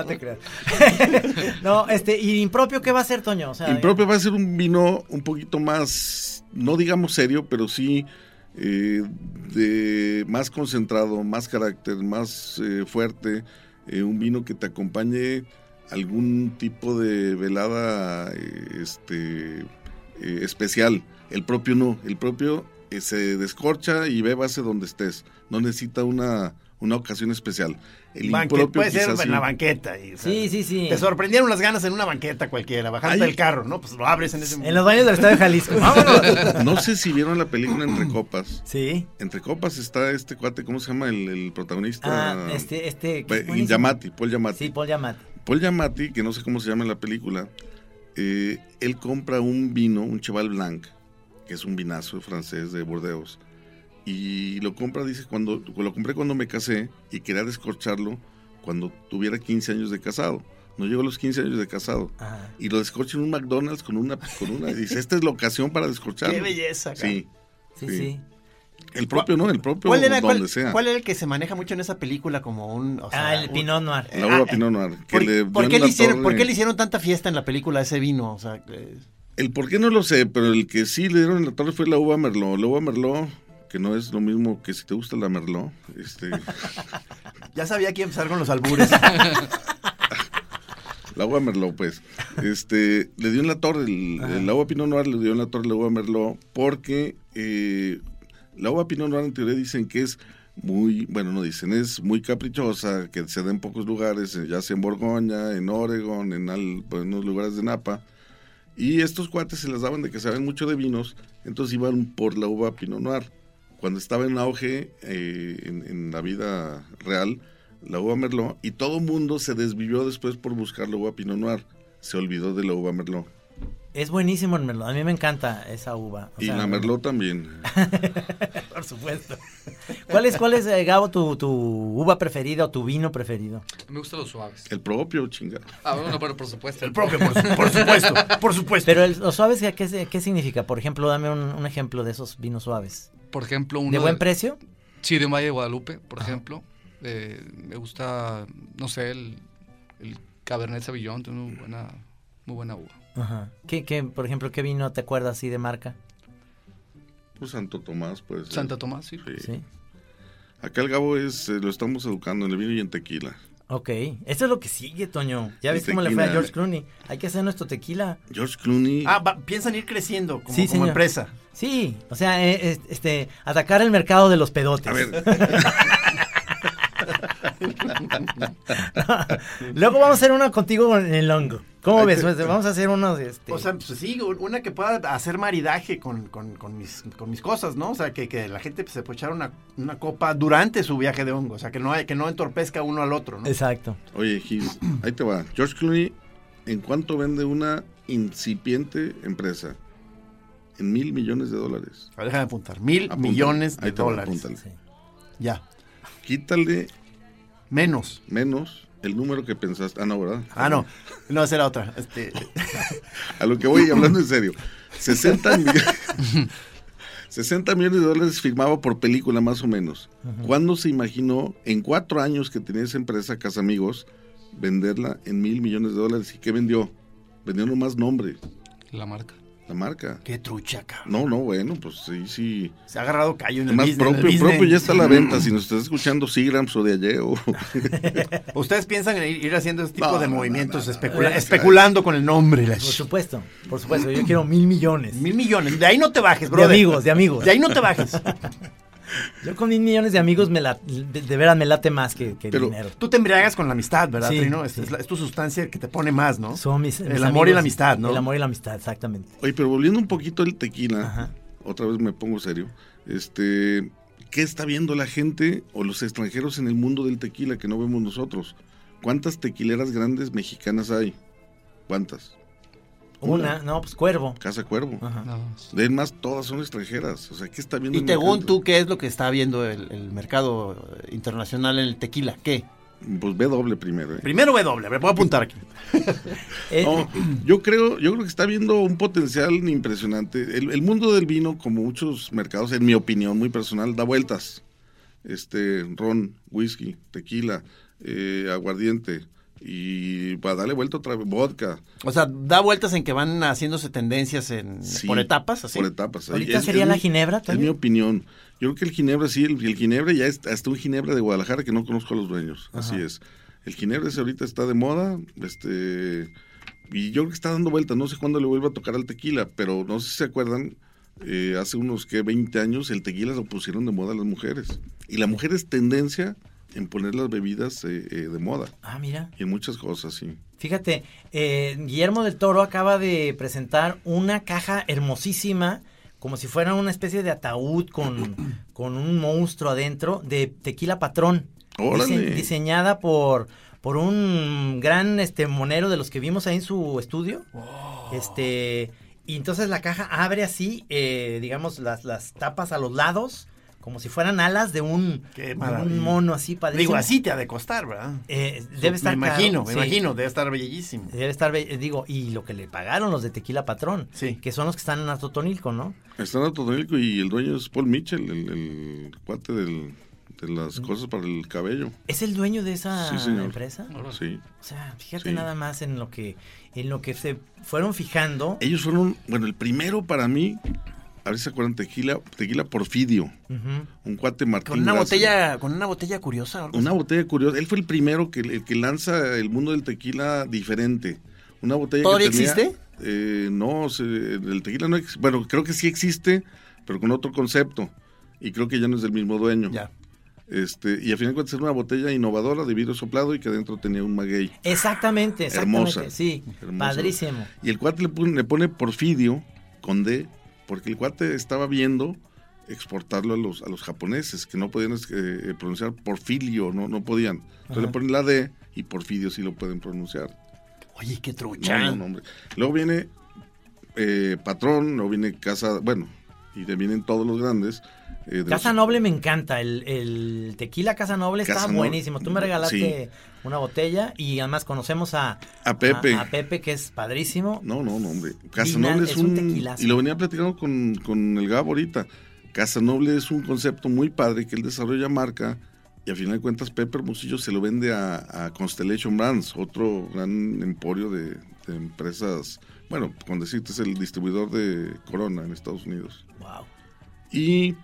[SPEAKER 6] te creas. no, este, ¿y impropio qué va a ser, Toño? O
[SPEAKER 5] Ah,
[SPEAKER 6] sea,
[SPEAKER 7] Impropio va a ser un vino un poquito más, no digamos serio, pero sí eh, de más concentrado, más carácter, más eh, fuerte. eh, un vino que te acompañe algún tipo de velada eh, este, eh, especial. El propio no, el propio eh, se descorcha y bébase donde estés. No necesita una, una ocasión especial. El
[SPEAKER 5] Banque-
[SPEAKER 7] impropio
[SPEAKER 5] puede ser
[SPEAKER 7] quizás sí.
[SPEAKER 5] en la banqueta. y, o sea,
[SPEAKER 6] Sí, sí, sí.
[SPEAKER 5] Te sorprendieron las ganas en una banqueta cualquiera, bajarte
[SPEAKER 7] Ay.
[SPEAKER 5] del carro, ¿no? Pues lo abres en ese
[SPEAKER 6] En los baños del estado de Jalisco. Vámonos.
[SPEAKER 7] No sé si vieron la película Entre Copas.
[SPEAKER 6] Sí.
[SPEAKER 7] Entre copas está este cuate, ¿cómo se llama el, el protagonista?
[SPEAKER 6] Ah, este, este.
[SPEAKER 7] Pe-
[SPEAKER 6] buenísimo.
[SPEAKER 7] Yamati, Paul Yamati.
[SPEAKER 6] Sí, Paul Yamati.
[SPEAKER 7] Paul Yamati, que no sé cómo se llama en la película, eh, él compra un vino, un Cheval Blanc, que es un vinazo francés de Bordeaux, y lo compra, dice, cuando lo compré cuando me casé y quería descorcharlo cuando tuviera 15 años de casado. No llegó a los 15 años de casado.
[SPEAKER 6] Ajá.
[SPEAKER 7] Y lo descorcha en un McDonald's con una... Con una y dice, esta es la ocasión para descorcharlo.
[SPEAKER 5] Qué belleza, cara.
[SPEAKER 7] Sí.
[SPEAKER 6] Sí, sí.
[SPEAKER 7] Sí. El propio, ¿no? El propio
[SPEAKER 5] ¿Cuál era,
[SPEAKER 7] donde
[SPEAKER 5] cuál,
[SPEAKER 7] sea.
[SPEAKER 5] cuál era el que se maneja mucho en esa película como un. o sea,
[SPEAKER 6] ah, el
[SPEAKER 5] un-
[SPEAKER 6] Pinot Noir.
[SPEAKER 7] La uva
[SPEAKER 5] Ah,
[SPEAKER 7] Pinot Noir, que
[SPEAKER 5] ¿Por,
[SPEAKER 7] le
[SPEAKER 5] por
[SPEAKER 7] dio
[SPEAKER 5] qué
[SPEAKER 7] en
[SPEAKER 5] le
[SPEAKER 7] la
[SPEAKER 5] hicieron, por
[SPEAKER 7] torre.
[SPEAKER 5] qué le hicieron tanta fiesta en la película a ese vino? O sea, eh,
[SPEAKER 7] El por qué no lo sé, pero el que sí le dieron en la torre fue la uva Merlot. La uva Merlot, que no es lo mismo que si te gusta la Merlot. Este,
[SPEAKER 5] ya sabía que iba a empezar con los albures.
[SPEAKER 7] la uva Merlot, pues. Este, le dio en la torre, el, el- la uva Pinot Noir le dio en la torre la uva Merlot, porque eh, la uva Pinot Noir en teoría dicen que es muy, bueno, no dicen, es muy caprichosa, que se da en pocos lugares, eh, ya sea en Borgoña, en Oregon, en al- pues, en unos lugares de Napa. Y estos cuates se las daban de que saben mucho de vinos, entonces iban por la uva Pinot Noir. Cuando estaba en auge eh, en, en la vida real, la uva Merlot, y todo el mundo se desvivió después por buscar la uva Pinot Noir. Se olvidó de la uva Merlot.
[SPEAKER 6] Es buenísimo el Merlot. A mí me encanta esa uva. O
[SPEAKER 7] y
[SPEAKER 6] sea,
[SPEAKER 7] la Merlot también.
[SPEAKER 6] Por supuesto. ¿Cuál es, cuál es eh, Gabo, tu, tu uva preferida o tu vino preferido?
[SPEAKER 8] Me gustan los suaves.
[SPEAKER 7] El propio, chingado.
[SPEAKER 8] Ah, bueno, pero por supuesto.
[SPEAKER 5] el propio, por, su- por supuesto. Por supuesto.
[SPEAKER 6] Pero el- los suaves, ¿qué, qué- qué significa? Por ejemplo, dame un, un ejemplo de esos vinos suaves.
[SPEAKER 8] Por ejemplo, uno.
[SPEAKER 6] ¿De buen
[SPEAKER 8] de-
[SPEAKER 6] precio?
[SPEAKER 8] Sí, de Valle de Guadalupe, por ejemplo. Eh, me gusta, no sé, el, el Cabernet Sauvignon, tiene una buena, muy buena uva.
[SPEAKER 6] Ajá. ¿Qué, qué, por ejemplo, qué vino te acuerdas así de marca?
[SPEAKER 7] Pues Santo Tomás, pues.
[SPEAKER 8] Santa Tomás, sí.
[SPEAKER 7] Sí.
[SPEAKER 6] Sí.
[SPEAKER 7] Acá el Gabo es, eh, lo estamos educando en el vino y en tequila.
[SPEAKER 6] Ok. Eso es lo que sigue, Toño. Ya
[SPEAKER 7] El
[SPEAKER 6] ves cómo le fue a
[SPEAKER 7] tequila.
[SPEAKER 6] George Clooney. Hay que hacer nuestro tequila.
[SPEAKER 7] George Clooney.
[SPEAKER 5] Ah, va- piensan ir creciendo como,
[SPEAKER 6] Sí,
[SPEAKER 5] como
[SPEAKER 6] señor.
[SPEAKER 5] empresa.
[SPEAKER 6] Sí, o sea, eh, es- este, atacar el mercado de los pedotes.
[SPEAKER 7] a ver,
[SPEAKER 6] Luego vamos a hacer una contigo con el hongo. ¿Cómo
[SPEAKER 7] Ahí
[SPEAKER 6] ves?
[SPEAKER 7] te-
[SPEAKER 6] Pues, Vamos a hacer unos, este...
[SPEAKER 5] O sea, pues sí, una que pueda hacer maridaje con, con- con mis, con mis cosas, ¿no? O sea, que, que la gente pues, se puede echar una, una copa durante su viaje de hongo. O sea, que no, hay- que no entorpezca uno al otro, ¿no?
[SPEAKER 6] Exacto.
[SPEAKER 7] oye, Gis, ahí te va. George Clooney, ¿en cuánto vende una incipiente empresa? En mil millones de dólares.
[SPEAKER 5] A ver, déjame apuntar. Mil
[SPEAKER 7] Apúntale,
[SPEAKER 5] millones de
[SPEAKER 7] ahí te va,
[SPEAKER 5] dólares.
[SPEAKER 7] apúntale.
[SPEAKER 6] Sí.
[SPEAKER 5] Ya.
[SPEAKER 7] Quítale
[SPEAKER 5] Menos.
[SPEAKER 7] menos el número que pensaste. Ah, no, ¿verdad?
[SPEAKER 5] Ah, no. No, esa era otra. Este,
[SPEAKER 7] A lo que voy hablando en serio. 60 millones. 60 millones de dólares firmaba por película más o menos. ¿Cuándo se imaginó en cuatro años que tenía esa empresa Casamigos venderla en mil millones de dólares? ¿Y qué vendió? Vendió nomás nombre,
[SPEAKER 8] La marca.
[SPEAKER 7] la marca.
[SPEAKER 5] Qué trucha, cabrón.
[SPEAKER 7] No, no, bueno, pues sí, sí.
[SPEAKER 5] Se ha agarrado callo en el
[SPEAKER 7] Más
[SPEAKER 5] business, en el
[SPEAKER 7] propio,
[SPEAKER 5] business.
[SPEAKER 7] propio ya está a la venta. Si nos estás escuchando Sigrams o de ayer o
[SPEAKER 5] ¿Ustedes piensan en ir ir haciendo ese tipo
[SPEAKER 7] No,
[SPEAKER 5] de
[SPEAKER 7] no, no,
[SPEAKER 5] movimientos
[SPEAKER 7] no, no,
[SPEAKER 5] especula-
[SPEAKER 7] no, no.
[SPEAKER 5] especulando con el nombre? la
[SPEAKER 6] Por
[SPEAKER 5] ch-
[SPEAKER 6] supuesto, por supuesto. Yo quiero mil millones.
[SPEAKER 5] Mil millones. De ahí no te bajes,
[SPEAKER 6] de
[SPEAKER 5] bro.
[SPEAKER 6] amigos, de amigos.
[SPEAKER 5] De ahí no te bajes.
[SPEAKER 6] Yo con mil millones de amigos, me la, de, de veras me late más que, que
[SPEAKER 7] Pero-
[SPEAKER 6] dinero.
[SPEAKER 5] Tú te embriagas con la amistad, ¿verdad,
[SPEAKER 6] Sí,
[SPEAKER 5] Trino? Es,
[SPEAKER 6] sí.
[SPEAKER 5] es la- es tu sustancia que te pone más, ¿no?
[SPEAKER 6] Son mis,
[SPEAKER 5] El
[SPEAKER 6] mis
[SPEAKER 5] amor y
[SPEAKER 6] amigos.
[SPEAKER 5] la amistad, ¿no? Ah.
[SPEAKER 6] El amor y la amistad, exactamente.
[SPEAKER 7] Oye, pero volviendo un poquito al tequila,
[SPEAKER 6] Ajá.
[SPEAKER 7] otra vez me pongo serio. Este, ¿qué está viendo la gente o los extranjeros en el mundo del tequila que no vemos nosotros? ¿Cuántas tequileras grandes mexicanas hay? ¿Cuántas?
[SPEAKER 6] Una, no, pues cuervo.
[SPEAKER 7] Casa Cuervo.
[SPEAKER 6] Ajá.
[SPEAKER 8] No,
[SPEAKER 7] De más, todas son extranjeras. O sea, ¿qué está viendo?
[SPEAKER 5] Ah. Y
[SPEAKER 7] el
[SPEAKER 5] según
[SPEAKER 7] mercado?
[SPEAKER 5] tú, ¿qué es lo que está viendo el, el mercado eh, internacional en el tequila? ¿Qué?
[SPEAKER 7] Pues ve doble primero. ¿eh?
[SPEAKER 5] Primero W, me voy a apuntar aquí.
[SPEAKER 6] Eh,
[SPEAKER 5] Oh,
[SPEAKER 7] No, yo creo, yo creo que está viendo un potencial impresionante. El, el mundo del vino, como muchos mercados, en mi opinión muy personal, da vueltas. Este, ron, whisky, tequila, eh, aguardiente y va a darle vuelta otra vez, vodka.
[SPEAKER 5] O sea, da vueltas en que van haciéndose tendencias en,
[SPEAKER 7] Sí,
[SPEAKER 5] por etapas, así.
[SPEAKER 7] Por etapas.
[SPEAKER 6] ¿Ahorita
[SPEAKER 7] Es-
[SPEAKER 6] sería
[SPEAKER 7] es
[SPEAKER 6] la
[SPEAKER 7] mi-
[SPEAKER 6] ginebra,
[SPEAKER 7] Es mi
[SPEAKER 6] Toño?
[SPEAKER 7] opinión. Yo creo que el ginebra sí, el, el ginebra ya es hasta un ginebra de Guadalajara que no conozco a los dueños. Así es. El ginebra ese ahorita está de moda, este y yo creo que está dando vueltas. No sé cuándo le vuelva a tocar al tequila, pero no sé si se acuerdan. eh, hace unos que 20 años el tequila lo pusieron de moda a las mujeres y la mujer es tendencia en poner las bebidas eh, eh, de moda
[SPEAKER 6] Ah, mira.
[SPEAKER 7] y en muchas cosas sí
[SPEAKER 6] Fíjate, eh, Guillermo del Toro acaba de presentar una caja hermosísima, como si fuera una especie de ataúd con, con un monstruo adentro, de tequila patrón.
[SPEAKER 7] Órale.
[SPEAKER 6] Dise- diseñada por, por un gran este monero de los que vimos ahí en su estudio. Este, y entonces la caja abre así, eh, digamos, las, las tapas a los lados, como si fueran alas de un,
[SPEAKER 5] Qué
[SPEAKER 6] de un
[SPEAKER 5] maravilla.
[SPEAKER 6] mono así padrísimo.
[SPEAKER 5] Digo, así te ha de costar, ¿verdad?
[SPEAKER 6] Eh, debe estar
[SPEAKER 5] Me
[SPEAKER 6] caro,
[SPEAKER 5] imagino, me
[SPEAKER 6] sí.
[SPEAKER 5] imagino, debe estar bellísimo.
[SPEAKER 6] Debe estar, be- eh, digo, y lo que le pagaron los de Tequila Patrón,
[SPEAKER 5] Sí.
[SPEAKER 6] que son los que están en Atotonilco, ¿no?
[SPEAKER 7] Están Atotonilco y el dueño es Paul Mitchell, el, el cuate del- de las cosas para el cabello.
[SPEAKER 6] ¿Es el dueño de esa
[SPEAKER 7] Sí, señor.
[SPEAKER 6] empresa?
[SPEAKER 8] Órale.
[SPEAKER 7] Sí.
[SPEAKER 6] O sea, fíjate
[SPEAKER 7] Sí.
[SPEAKER 6] nada más en lo que en lo que se fueron fijando.
[SPEAKER 7] Ellos fueron, bueno, el primero para mí, a ver si se acuerdan, tequila, tequila Porfidio,
[SPEAKER 5] Eh,
[SPEAKER 6] Ujú.
[SPEAKER 7] un cuate Martín.
[SPEAKER 5] Con una
[SPEAKER 7] Gracia.
[SPEAKER 5] botella, con una botella curiosa. algo
[SPEAKER 7] Una
[SPEAKER 5] así.
[SPEAKER 7] botella curiosa. Él fue el primero que, el que lanza el mundo del tequila diferente. Una botella que
[SPEAKER 5] ¿Todavía
[SPEAKER 7] tenía-
[SPEAKER 5] existe?
[SPEAKER 7] Eh, no, se- el tequila no existe. Bueno, creo que sí existe, pero con otro concepto. Y creo que ya no es del mismo dueño.
[SPEAKER 5] Ya.
[SPEAKER 7] Este, y al final de cuentas era una botella innovadora de vidrio soplado y que adentro tenía un maguey.
[SPEAKER 6] Exactamente, exactamente.
[SPEAKER 7] Hermosa.
[SPEAKER 6] Sí,
[SPEAKER 7] Hermosa.
[SPEAKER 6] padrísimo.
[SPEAKER 7] Y el cuate le pone, le pone Porfidio con D, porque el cuate estaba viendo exportarlo a los, a los japoneses, que no podían eh, pronunciar Porfilio, no, no podían. Entonces le ponen la D y Porfidio sí lo pueden pronunciar.
[SPEAKER 5] Oye, qué
[SPEAKER 7] No,
[SPEAKER 5] trucha.
[SPEAKER 7] no, no, hombre. Luego viene eh, Patrón, luego viene Casa, bueno, y te vienen todos los grandes. eh, de los-
[SPEAKER 6] Casa Noble me encanta, el, el tequila Casa Noble está
[SPEAKER 7] Casa Noble.
[SPEAKER 6] buenísimo. Tú me regalaste una botella y además conocemos a,
[SPEAKER 7] A Pepe.
[SPEAKER 6] Ah, a, Pepe, que es padrísimo.
[SPEAKER 7] No, no, no, hombre. Casanoble
[SPEAKER 6] es
[SPEAKER 7] es
[SPEAKER 6] un
[SPEAKER 7] un.
[SPEAKER 6] tequilazo.
[SPEAKER 7] y lo venía platicando con, con el Gabo ahorita. Casanoble es un concepto muy padre que él desarrolla marca y al final de cuentas Pepe Hermosillo se lo vende a, a Constellation Brands, otro gran emporio de, de empresas. Bueno, con decirte, es el distribuidor de Corona en Estados Unidos.
[SPEAKER 6] Wow.
[SPEAKER 7] Y.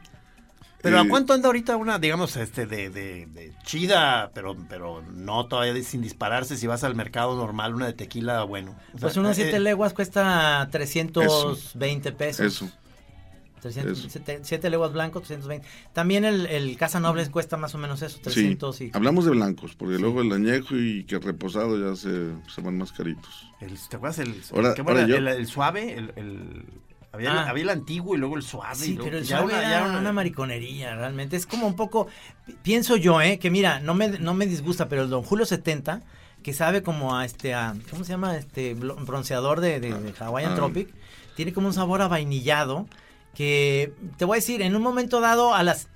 [SPEAKER 5] Pero
[SPEAKER 7] eh,
[SPEAKER 5] ¿a cuánto anda ahorita una, digamos, este de, de- de chida, pero, pero no todavía de- sin dispararse si vas al mercado normal, una de tequila, bueno? O sea,
[SPEAKER 6] Pues unas
[SPEAKER 5] eh,
[SPEAKER 6] 7 leguas cuesta 320 pesos.
[SPEAKER 7] Eso.
[SPEAKER 6] 300,
[SPEAKER 7] Eso.
[SPEAKER 6] siete- siete leguas blanco, 320. También el, el Casa Nobles cuesta más o menos eso, 300
[SPEAKER 7] sí.
[SPEAKER 6] y...
[SPEAKER 7] Hablamos de blancos, porque luego el añejo y que reposado ya se, se van más caritos.
[SPEAKER 5] el- ¿Te acuerdas el,
[SPEAKER 7] Ahora-
[SPEAKER 5] ¿qué bueno
[SPEAKER 7] ahora
[SPEAKER 5] era?
[SPEAKER 7] yo-
[SPEAKER 5] el, el suave? El, el- había, el,
[SPEAKER 6] Ah.
[SPEAKER 5] había el antiguo y luego el suave. y
[SPEAKER 6] Sí,
[SPEAKER 5] luego-
[SPEAKER 6] pero el
[SPEAKER 5] ya
[SPEAKER 6] suave
[SPEAKER 5] una-
[SPEAKER 6] era
[SPEAKER 5] ya
[SPEAKER 6] una,
[SPEAKER 5] una-
[SPEAKER 6] mariconería, realmente. Es como un poco, pi- pienso yo, ¿eh? Que mira, no me, no me disgusta, pero el Don Julio 70, que sabe como a este, a, ¿cómo se llama? Este blo- bronceador de, de- de Hawaiian
[SPEAKER 7] Ah.
[SPEAKER 6] Tropic, tiene como un sabor avainillado que, te voy a decir, en un momento dado a las...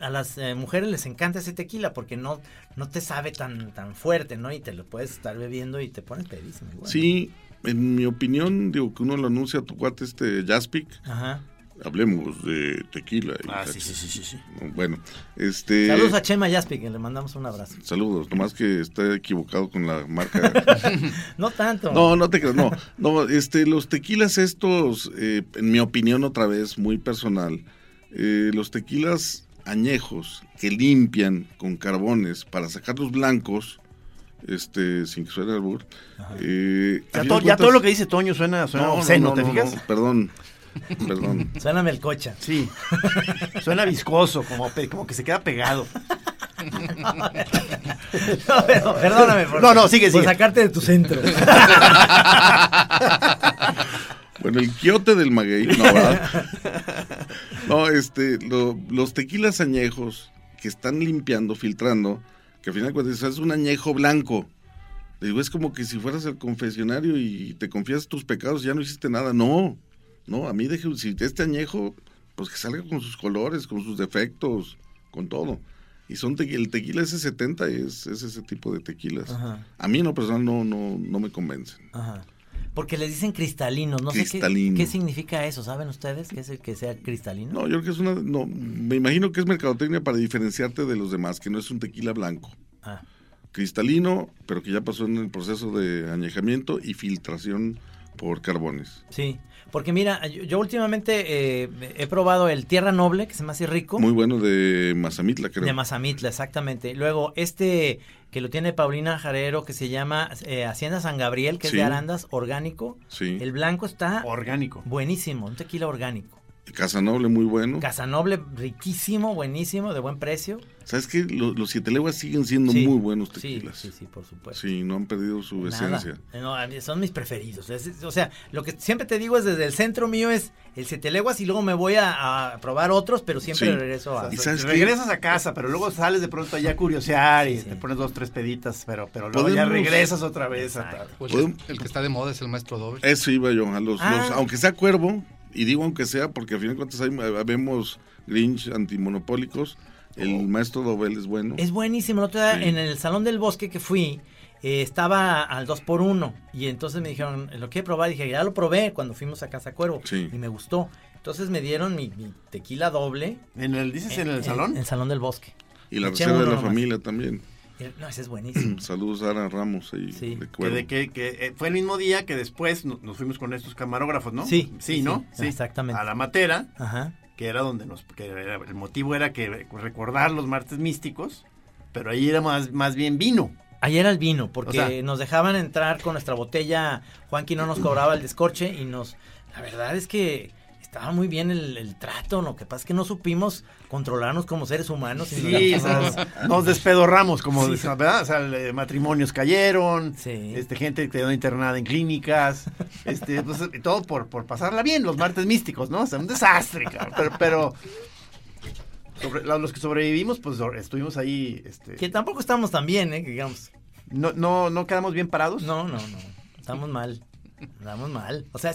[SPEAKER 6] A las eh, mujeres les encanta ese tequila porque no, no te sabe tan, tan fuerte, ¿no? Y te lo puedes estar bebiendo y te pones pedísimo. igual.
[SPEAKER 7] Sí, en mi opinión, digo que uno lo anuncia a tu cuate este Jaspic,
[SPEAKER 6] Ajá.
[SPEAKER 7] hablemos de tequila. y
[SPEAKER 5] Ah,
[SPEAKER 7] tal.
[SPEAKER 5] sí, sí, sí, sí, sí.
[SPEAKER 7] Bueno, este...
[SPEAKER 6] Saludos a Chema Yaspi, que le mandamos un abrazo.
[SPEAKER 7] Saludos, nomás que está equivocado con la marca.
[SPEAKER 6] No tanto.
[SPEAKER 7] No, no te creas, no. No, este, los tequilas estos, eh, en mi opinión otra vez, muy personal, eh, los tequilas añejos que limpian con carbones para sacar los blancos, este, sin que suene albur. eh,
[SPEAKER 5] O sea,
[SPEAKER 7] a fin
[SPEAKER 5] to- ya
[SPEAKER 7] de cuentas-
[SPEAKER 5] todo lo que dice Toño suena, suena
[SPEAKER 7] No, no,
[SPEAKER 5] obsceno,
[SPEAKER 7] no,
[SPEAKER 5] ¿te
[SPEAKER 7] no,
[SPEAKER 5] fijas?
[SPEAKER 7] no, perdón, perdón.
[SPEAKER 6] Suena melcocha.
[SPEAKER 5] Sí. suena viscoso, como, pe- como que se queda pegado.
[SPEAKER 6] No, pero perdóname por,
[SPEAKER 5] No, no, sigue,
[SPEAKER 6] por
[SPEAKER 5] sigue.
[SPEAKER 6] sacarte de tu centro.
[SPEAKER 7] Bueno, el quiote del maguey, no, ¿verdad? No, este, lo- los tequilas añejos que están limpiando, filtrando, que al final de cuentas es un añejo blanco. Le digo, es como que si fueras al confesionario y te confías tus pecados, ya no hiciste nada. No, no, a mí deje, si este añejo, pues que salga con sus colores, con sus defectos, con todo. Y son tequi- el tequila S70 es, es ese tipo de tequilas.
[SPEAKER 6] Ajá.
[SPEAKER 7] A mí en lo personal no, no, no me convencen.
[SPEAKER 6] Ajá. Porque les dicen cristalinos, no sé
[SPEAKER 7] Cristalino.
[SPEAKER 6] qué- qué, significa eso, ¿saben ustedes? ¿Qué es el que sea cristalino?
[SPEAKER 7] No, yo creo que es una. No, me imagino que es mercadotecnia para diferenciarte de los demás, que no es un tequila blanco.
[SPEAKER 6] Ah,
[SPEAKER 7] Cristalino, pero que ya pasó en el proceso de añejamiento y filtración por carbones.
[SPEAKER 6] sí. Porque mira, yo, yo últimamente eh, he probado el Tierra Noble, que se me hace rico.
[SPEAKER 7] Muy bueno de Mazamitla, creo.
[SPEAKER 6] De Mazamitla, exactamente. Luego, este que lo tiene Paulina Jarero, que se llama eh, Hacienda San Gabriel, que
[SPEAKER 7] Sí.
[SPEAKER 6] es de Arandas, orgánico.
[SPEAKER 7] sí.
[SPEAKER 6] El blanco está
[SPEAKER 5] Orgánico.
[SPEAKER 6] buenísimo, un tequila orgánico.
[SPEAKER 7] Casanoble, muy bueno.
[SPEAKER 6] Casanoble, riquísimo, buenísimo, de buen precio.
[SPEAKER 7] ¿Sabes qué? Lo- los siete leguas siguen siendo
[SPEAKER 6] Sí.
[SPEAKER 7] muy buenos
[SPEAKER 6] Sí,
[SPEAKER 7] tequilas.
[SPEAKER 6] sí,
[SPEAKER 7] Sí,
[SPEAKER 6] sí, por supuesto.
[SPEAKER 7] no han perdido su
[SPEAKER 6] Nada.
[SPEAKER 7] esencia.
[SPEAKER 6] No, a mí son mis preferidos. Es- es- o sea, lo que siempre te digo es desde el centro mío es el siete leguas y luego me voy a, a probar otros, pero siempre
[SPEAKER 7] Sí.
[SPEAKER 6] regreso a...
[SPEAKER 7] ¿Y sabes qué?
[SPEAKER 5] regresas a casa, pero luego sales de pronto allá a curiosear y
[SPEAKER 6] Sí, sí.
[SPEAKER 5] te pones dos, tres peditas, pero, pero luego ya
[SPEAKER 7] Podemos-
[SPEAKER 5] regresas otra vez. a-
[SPEAKER 6] Exacto.
[SPEAKER 8] O el,
[SPEAKER 7] ¿Podemos? Eh,
[SPEAKER 8] que, pues, el que está de moda es el maestro Dover.
[SPEAKER 7] Eso iba yo, a los,
[SPEAKER 6] Ah.
[SPEAKER 7] los- aunque sea cuervo, y digo aunque sea, porque al final de cuentas hay, vemos Grinch antimonopólicos,
[SPEAKER 5] Oh.
[SPEAKER 7] el maestro Dobel es bueno.
[SPEAKER 6] Es buenísimo. El otro día
[SPEAKER 7] Sí.
[SPEAKER 6] en el Salón del Bosque que fui, eh, estaba al 2x1 y entonces me dijeron, ¿lo quiere probar? dije, ya lo probé cuando fuimos a Casa Cuervo
[SPEAKER 7] Sí.
[SPEAKER 6] y me gustó. Entonces me dieron mi, mi tequila doble.
[SPEAKER 5] En el, dices en el salón.
[SPEAKER 6] En el Salón del Bosque.
[SPEAKER 7] y la
[SPEAKER 6] eché
[SPEAKER 7] reserva de
[SPEAKER 6] uno
[SPEAKER 7] la
[SPEAKER 6] nomás.
[SPEAKER 7] familia también.
[SPEAKER 6] Y- No, ese es buenísimo.
[SPEAKER 7] Saludos a Ara Ramos ahí
[SPEAKER 6] Sí.
[SPEAKER 7] de
[SPEAKER 5] Que,
[SPEAKER 7] cuervo.
[SPEAKER 5] de que, que, eh, fue el mismo día que después no- nos fuimos con estos camarógrafos, ¿no?
[SPEAKER 6] Sí, sí,
[SPEAKER 5] Sí, ¿no?
[SPEAKER 6] sí, exactamente.
[SPEAKER 5] A la matera,
[SPEAKER 6] Ajá.
[SPEAKER 5] que era donde nos... Que era- el motivo era que recordar los martes místicos, pero ahí era más, más bien vino.
[SPEAKER 6] Ayer al vino, porque
[SPEAKER 5] O sea-
[SPEAKER 6] nos dejaban entrar con nuestra botella. Juanqui no nos cobraba el descorche y nos. La verdad es que estaba muy bien el, el trato. Lo que pasa es que no supimos controlarnos como seres humanos. y nos
[SPEAKER 5] Sí,
[SPEAKER 6] la
[SPEAKER 5] o sea,
[SPEAKER 6] pasamos-
[SPEAKER 7] Ah,
[SPEAKER 5] nos- nos despedorramos, como
[SPEAKER 6] Sí.
[SPEAKER 5] dicen, ¿verdad? O sea, le- matrimonios cayeron,
[SPEAKER 6] Sí.
[SPEAKER 5] este, gente quedó internada en clínicas, este, pues, todo por, por pasarla bien, los martes místicos, ¿no? O sea, un desastre, cabrón, Pero, pero sobre- la- los que sobrevivimos, pues so- estuvimos ahí, este,
[SPEAKER 6] Que tampoco estamos tan bien, ¿eh? que digamos.
[SPEAKER 5] no, no, no quedamos bien parados.
[SPEAKER 6] No, no, no. Estamos mal. Estamos mal. O sea,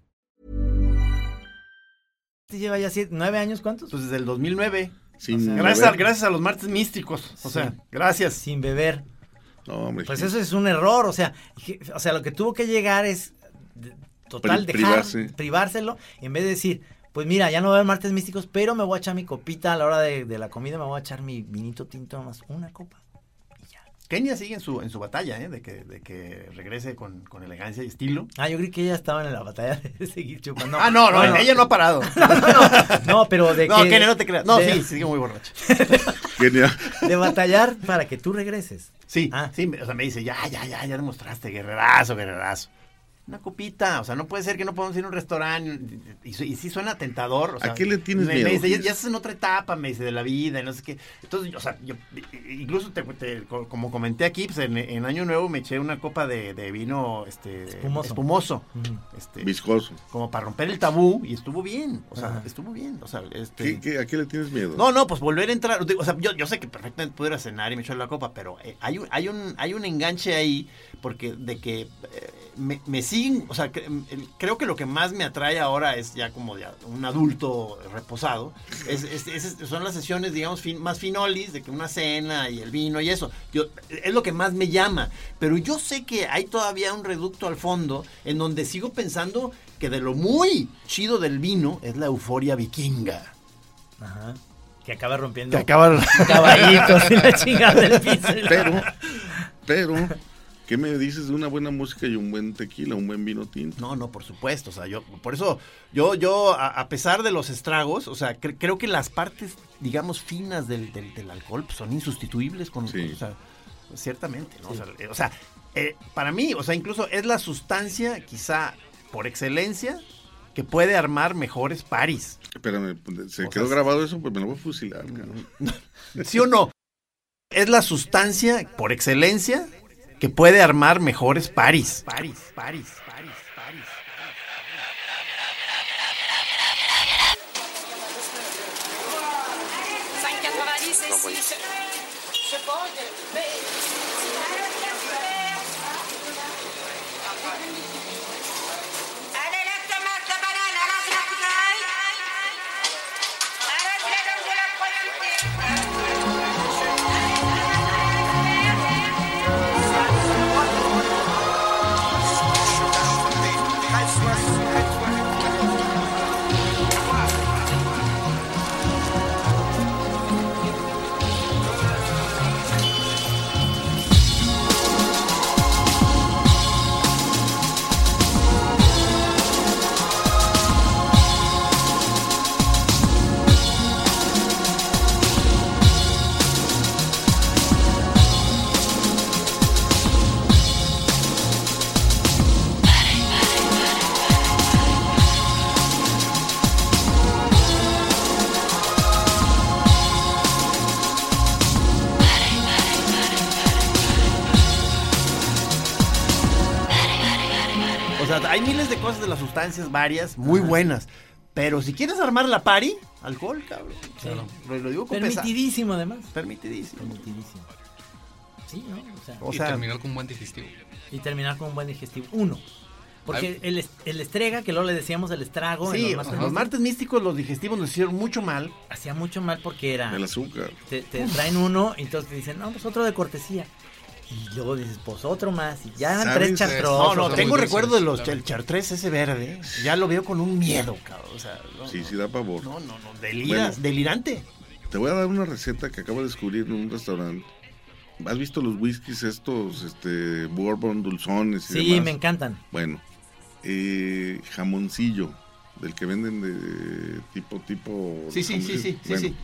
[SPEAKER 6] este lleva ya siete- nueve años, ¿cuántos?
[SPEAKER 5] Pues desde el 2009,
[SPEAKER 7] Sin
[SPEAKER 5] gracias,
[SPEAKER 7] beber.
[SPEAKER 5] a, gracias a los martes místicos, o
[SPEAKER 6] Sí.
[SPEAKER 5] sea, gracias.
[SPEAKER 6] Sin beber.
[SPEAKER 7] No, hombre.
[SPEAKER 6] Pues
[SPEAKER 7] sí.
[SPEAKER 6] eso es un error, o sea, que- o sea, lo que tuvo que llegar es de- total
[SPEAKER 7] Pri-
[SPEAKER 6] dejar
[SPEAKER 7] privarse.
[SPEAKER 6] privárselo en vez de decir, pues mira, ya no va a haber martes místicos, pero me voy a echar mi copita a la hora de, de la comida, me voy a echar mi vinito tinto más una copa.
[SPEAKER 5] Kenia sigue en su, en su batalla, ¿eh? De que, de que regrese con, con elegancia y estilo.
[SPEAKER 6] Ah, yo creí que ella estaba en la batalla de seguir chupando.
[SPEAKER 5] ah, no, no, ella no ha parado.
[SPEAKER 6] No, pero de
[SPEAKER 5] No,
[SPEAKER 6] que-
[SPEAKER 5] Kenia, no te creas. No,
[SPEAKER 6] de-
[SPEAKER 5] sí, sigue muy borracho.
[SPEAKER 7] Genial.
[SPEAKER 6] de batallar para que tú regreses.
[SPEAKER 5] Sí,
[SPEAKER 6] Ah.
[SPEAKER 5] sí, me- o sea, me dice, ya, ya, ya, ya demostraste, guerrerazo, guerrerazo. Una copita, o sea, no puede ser que no podamos ir a un restaurante. Y, su- y sí suena tentador. O sea,
[SPEAKER 7] ¿A qué le tienes
[SPEAKER 5] me,
[SPEAKER 7] miedo,
[SPEAKER 5] Me dice, ya,
[SPEAKER 7] Gis?
[SPEAKER 5] ya estás en otra etapa, me dice, de la vida, y no sé qué. Entonces, o sea, yo incluso te, te- co- como comenté aquí, pues en, en Año Nuevo me eché una copa de, de vino este,
[SPEAKER 6] Espumoso.
[SPEAKER 5] espumoso,
[SPEAKER 6] Ujú.
[SPEAKER 5] este,
[SPEAKER 7] Viscoso.
[SPEAKER 5] como para romper el tabú, y estuvo bien. O sea,
[SPEAKER 6] Ajá.
[SPEAKER 5] estuvo bien. O sea, este.
[SPEAKER 7] ¿Qué- qué- a qué le tienes miedo?
[SPEAKER 5] No, no, pues volver a entrar. digo, O sea, yo, yo sé que perfectamente pudiera cenar y me echar la copa, pero eh, hay, un, hay, un, hay un enganche ahí porque de que eh, me, me siguen, o sea, cre- mm, el- creo que lo que más me atrae ahora es ya como ya un adulto reposado. Es, es- es- son las sesiones, digamos, fin- más finolis, de que una cena y el vino y eso. Yo, es lo que más me llama. Pero yo sé que hay todavía un reducto al fondo en donde sigo pensando que de lo muy chido del vino es la euforia vikinga.
[SPEAKER 6] Ajá. Que acaba rompiendo
[SPEAKER 5] Te acaban...
[SPEAKER 6] caballitos y la chingada del piso. y la-
[SPEAKER 7] Pero, pero, ¿qué me dices de una buena música y un buen tequila, un buen vino tinto?
[SPEAKER 5] No, no, por supuesto. O sea, yo, por eso, yo, yo, a, a pesar de los estragos, o sea, cre- creo que las partes, digamos, finas del, del, del alcohol pues, son insustituibles con,
[SPEAKER 7] Sí.
[SPEAKER 5] con- o sea, ciertamente, ¿no? O sea, eh, o sea, eh, para mí, o sea, incluso es la sustancia, quizá por excelencia, que puede armar mejores paris.
[SPEAKER 7] Espérame, se
[SPEAKER 5] O
[SPEAKER 7] quedó
[SPEAKER 5] sea, Mm.
[SPEAKER 7] grabado eso, pues me lo voy a fusilar. cabrón.
[SPEAKER 5] ¿Sí o no? Es la sustancia, por excelencia, que puede armar mejores paris. Paris, paris, paris, paris. O sea, hay miles de cosas de las sustancias varias, muy buenas. Pero si quieres armar la pari, alcohol, cabrón. O sea, lo, lo digo con pesar.
[SPEAKER 6] Permitidísimo, además.
[SPEAKER 5] Permitidísimo.
[SPEAKER 6] Permitidísimo. Sí, ¿no? O sea,
[SPEAKER 5] O
[SPEAKER 8] y
[SPEAKER 5] sea,
[SPEAKER 8] terminar con un buen digestivo.
[SPEAKER 6] y terminar con un buen digestivo. Uno. Porque el, est- el estrega, que luego le decíamos el estrago, en
[SPEAKER 5] sí,
[SPEAKER 6] los más
[SPEAKER 5] o sea, los
[SPEAKER 6] pequeños,
[SPEAKER 5] martes místicos, los digestivos nos hicieron mucho mal.
[SPEAKER 6] hacía mucho mal porque era.
[SPEAKER 7] El azúcar.
[SPEAKER 6] Te, te traen uno y entonces te dicen, no, pues otro de cortesía. Y luego dices, pues otro más. Y ya eran
[SPEAKER 7] ¿Sabes?
[SPEAKER 6] tres
[SPEAKER 5] No,
[SPEAKER 6] chartros.
[SPEAKER 5] no,
[SPEAKER 8] son
[SPEAKER 5] tengo
[SPEAKER 8] muy
[SPEAKER 5] recuerdo de
[SPEAKER 8] dulces,
[SPEAKER 5] los
[SPEAKER 8] claro.
[SPEAKER 5] del chartres ese verde. Ya lo veo con un miedo, cabrón. O sea, no,
[SPEAKER 7] Sí,
[SPEAKER 5] no.
[SPEAKER 7] sí, da pavor.
[SPEAKER 5] no, no, no, deliras,
[SPEAKER 7] Bueno.
[SPEAKER 5] delirante.
[SPEAKER 7] Te voy a dar una receta que acabo de descubrir en un restaurante. ¿Has visto los whiskies estos, este, bourbon, dulzones y
[SPEAKER 6] Sí,
[SPEAKER 7] demás?
[SPEAKER 6] me encantan.
[SPEAKER 7] Bueno, eh, jamoncillo, del que venden de tipo, tipo...
[SPEAKER 5] Sí, sí, sí, sí, sí,
[SPEAKER 7] Bueno,
[SPEAKER 5] sí.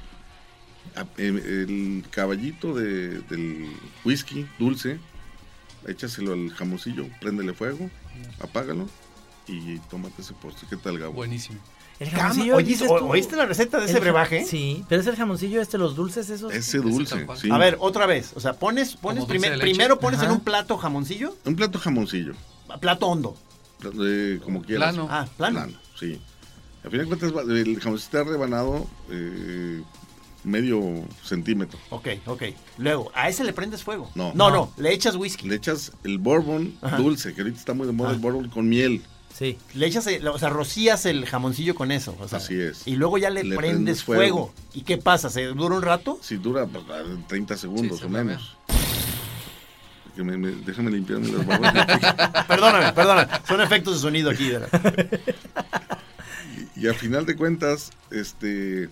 [SPEAKER 7] a- eh, el caballito de- del whisky dulce, échaselo al jamoncillo, préndele fuego, apágalo y tómate ese postre. ¿Qué tal, Gabo?
[SPEAKER 8] Buenísimo.
[SPEAKER 6] El
[SPEAKER 5] Cama,
[SPEAKER 6] jamoncillo.
[SPEAKER 5] ¿oíste,
[SPEAKER 6] dices tú,
[SPEAKER 5] oíste la receta de ese
[SPEAKER 6] el ja-
[SPEAKER 5] brebaje?
[SPEAKER 6] Sí, pero es el jamoncillo este, los dulces esos.
[SPEAKER 7] Ese
[SPEAKER 8] Ese
[SPEAKER 7] dulce,
[SPEAKER 8] tal cual.
[SPEAKER 7] sí.
[SPEAKER 5] A ver, otra vez. O sea, pones, pones
[SPEAKER 8] dulce
[SPEAKER 5] primer-
[SPEAKER 8] de leche.
[SPEAKER 5] primero pones en
[SPEAKER 6] Ajá.
[SPEAKER 5] un plato jamoncillo,
[SPEAKER 7] Un plato jamoncillo,
[SPEAKER 5] plato hondo.
[SPEAKER 7] eh, como quieras.
[SPEAKER 8] Plano.
[SPEAKER 5] Ah, plano.
[SPEAKER 7] plano, sí. Al final de cuentas, va- el jamoncito está rebanado eh, medio centímetro.
[SPEAKER 5] Ok, ok. Luego, a ese le prendes fuego.
[SPEAKER 7] No.
[SPEAKER 5] No,
[SPEAKER 7] No.
[SPEAKER 5] no, le echas whisky.
[SPEAKER 7] Le
[SPEAKER 5] Le,
[SPEAKER 7] echas el bourbon
[SPEAKER 5] Ajá.
[SPEAKER 7] dulce, que ahorita está muy de moda el
[SPEAKER 5] Ah.
[SPEAKER 7] bourbon con miel.
[SPEAKER 6] Sí.
[SPEAKER 5] echas, el- o sea, rocías el jamoncillo con eso. o sea,
[SPEAKER 7] Así es.
[SPEAKER 5] Y luego ya le,
[SPEAKER 7] Le
[SPEAKER 5] prendes,
[SPEAKER 7] prendes
[SPEAKER 5] fuego.
[SPEAKER 7] fuego.
[SPEAKER 5] ¿Y qué pasa? ¿Se dura un rato?
[SPEAKER 7] Si dura pues, a ver, 30 segundos
[SPEAKER 8] Sí,
[SPEAKER 7] o
[SPEAKER 8] se flamea.
[SPEAKER 7] menos. Que me- me- déjame limpiarme las barbas.
[SPEAKER 5] Ah, perdóname, perdóname. Son efectos de sonido aquí. de la-
[SPEAKER 7] y, y al final de cuentas, este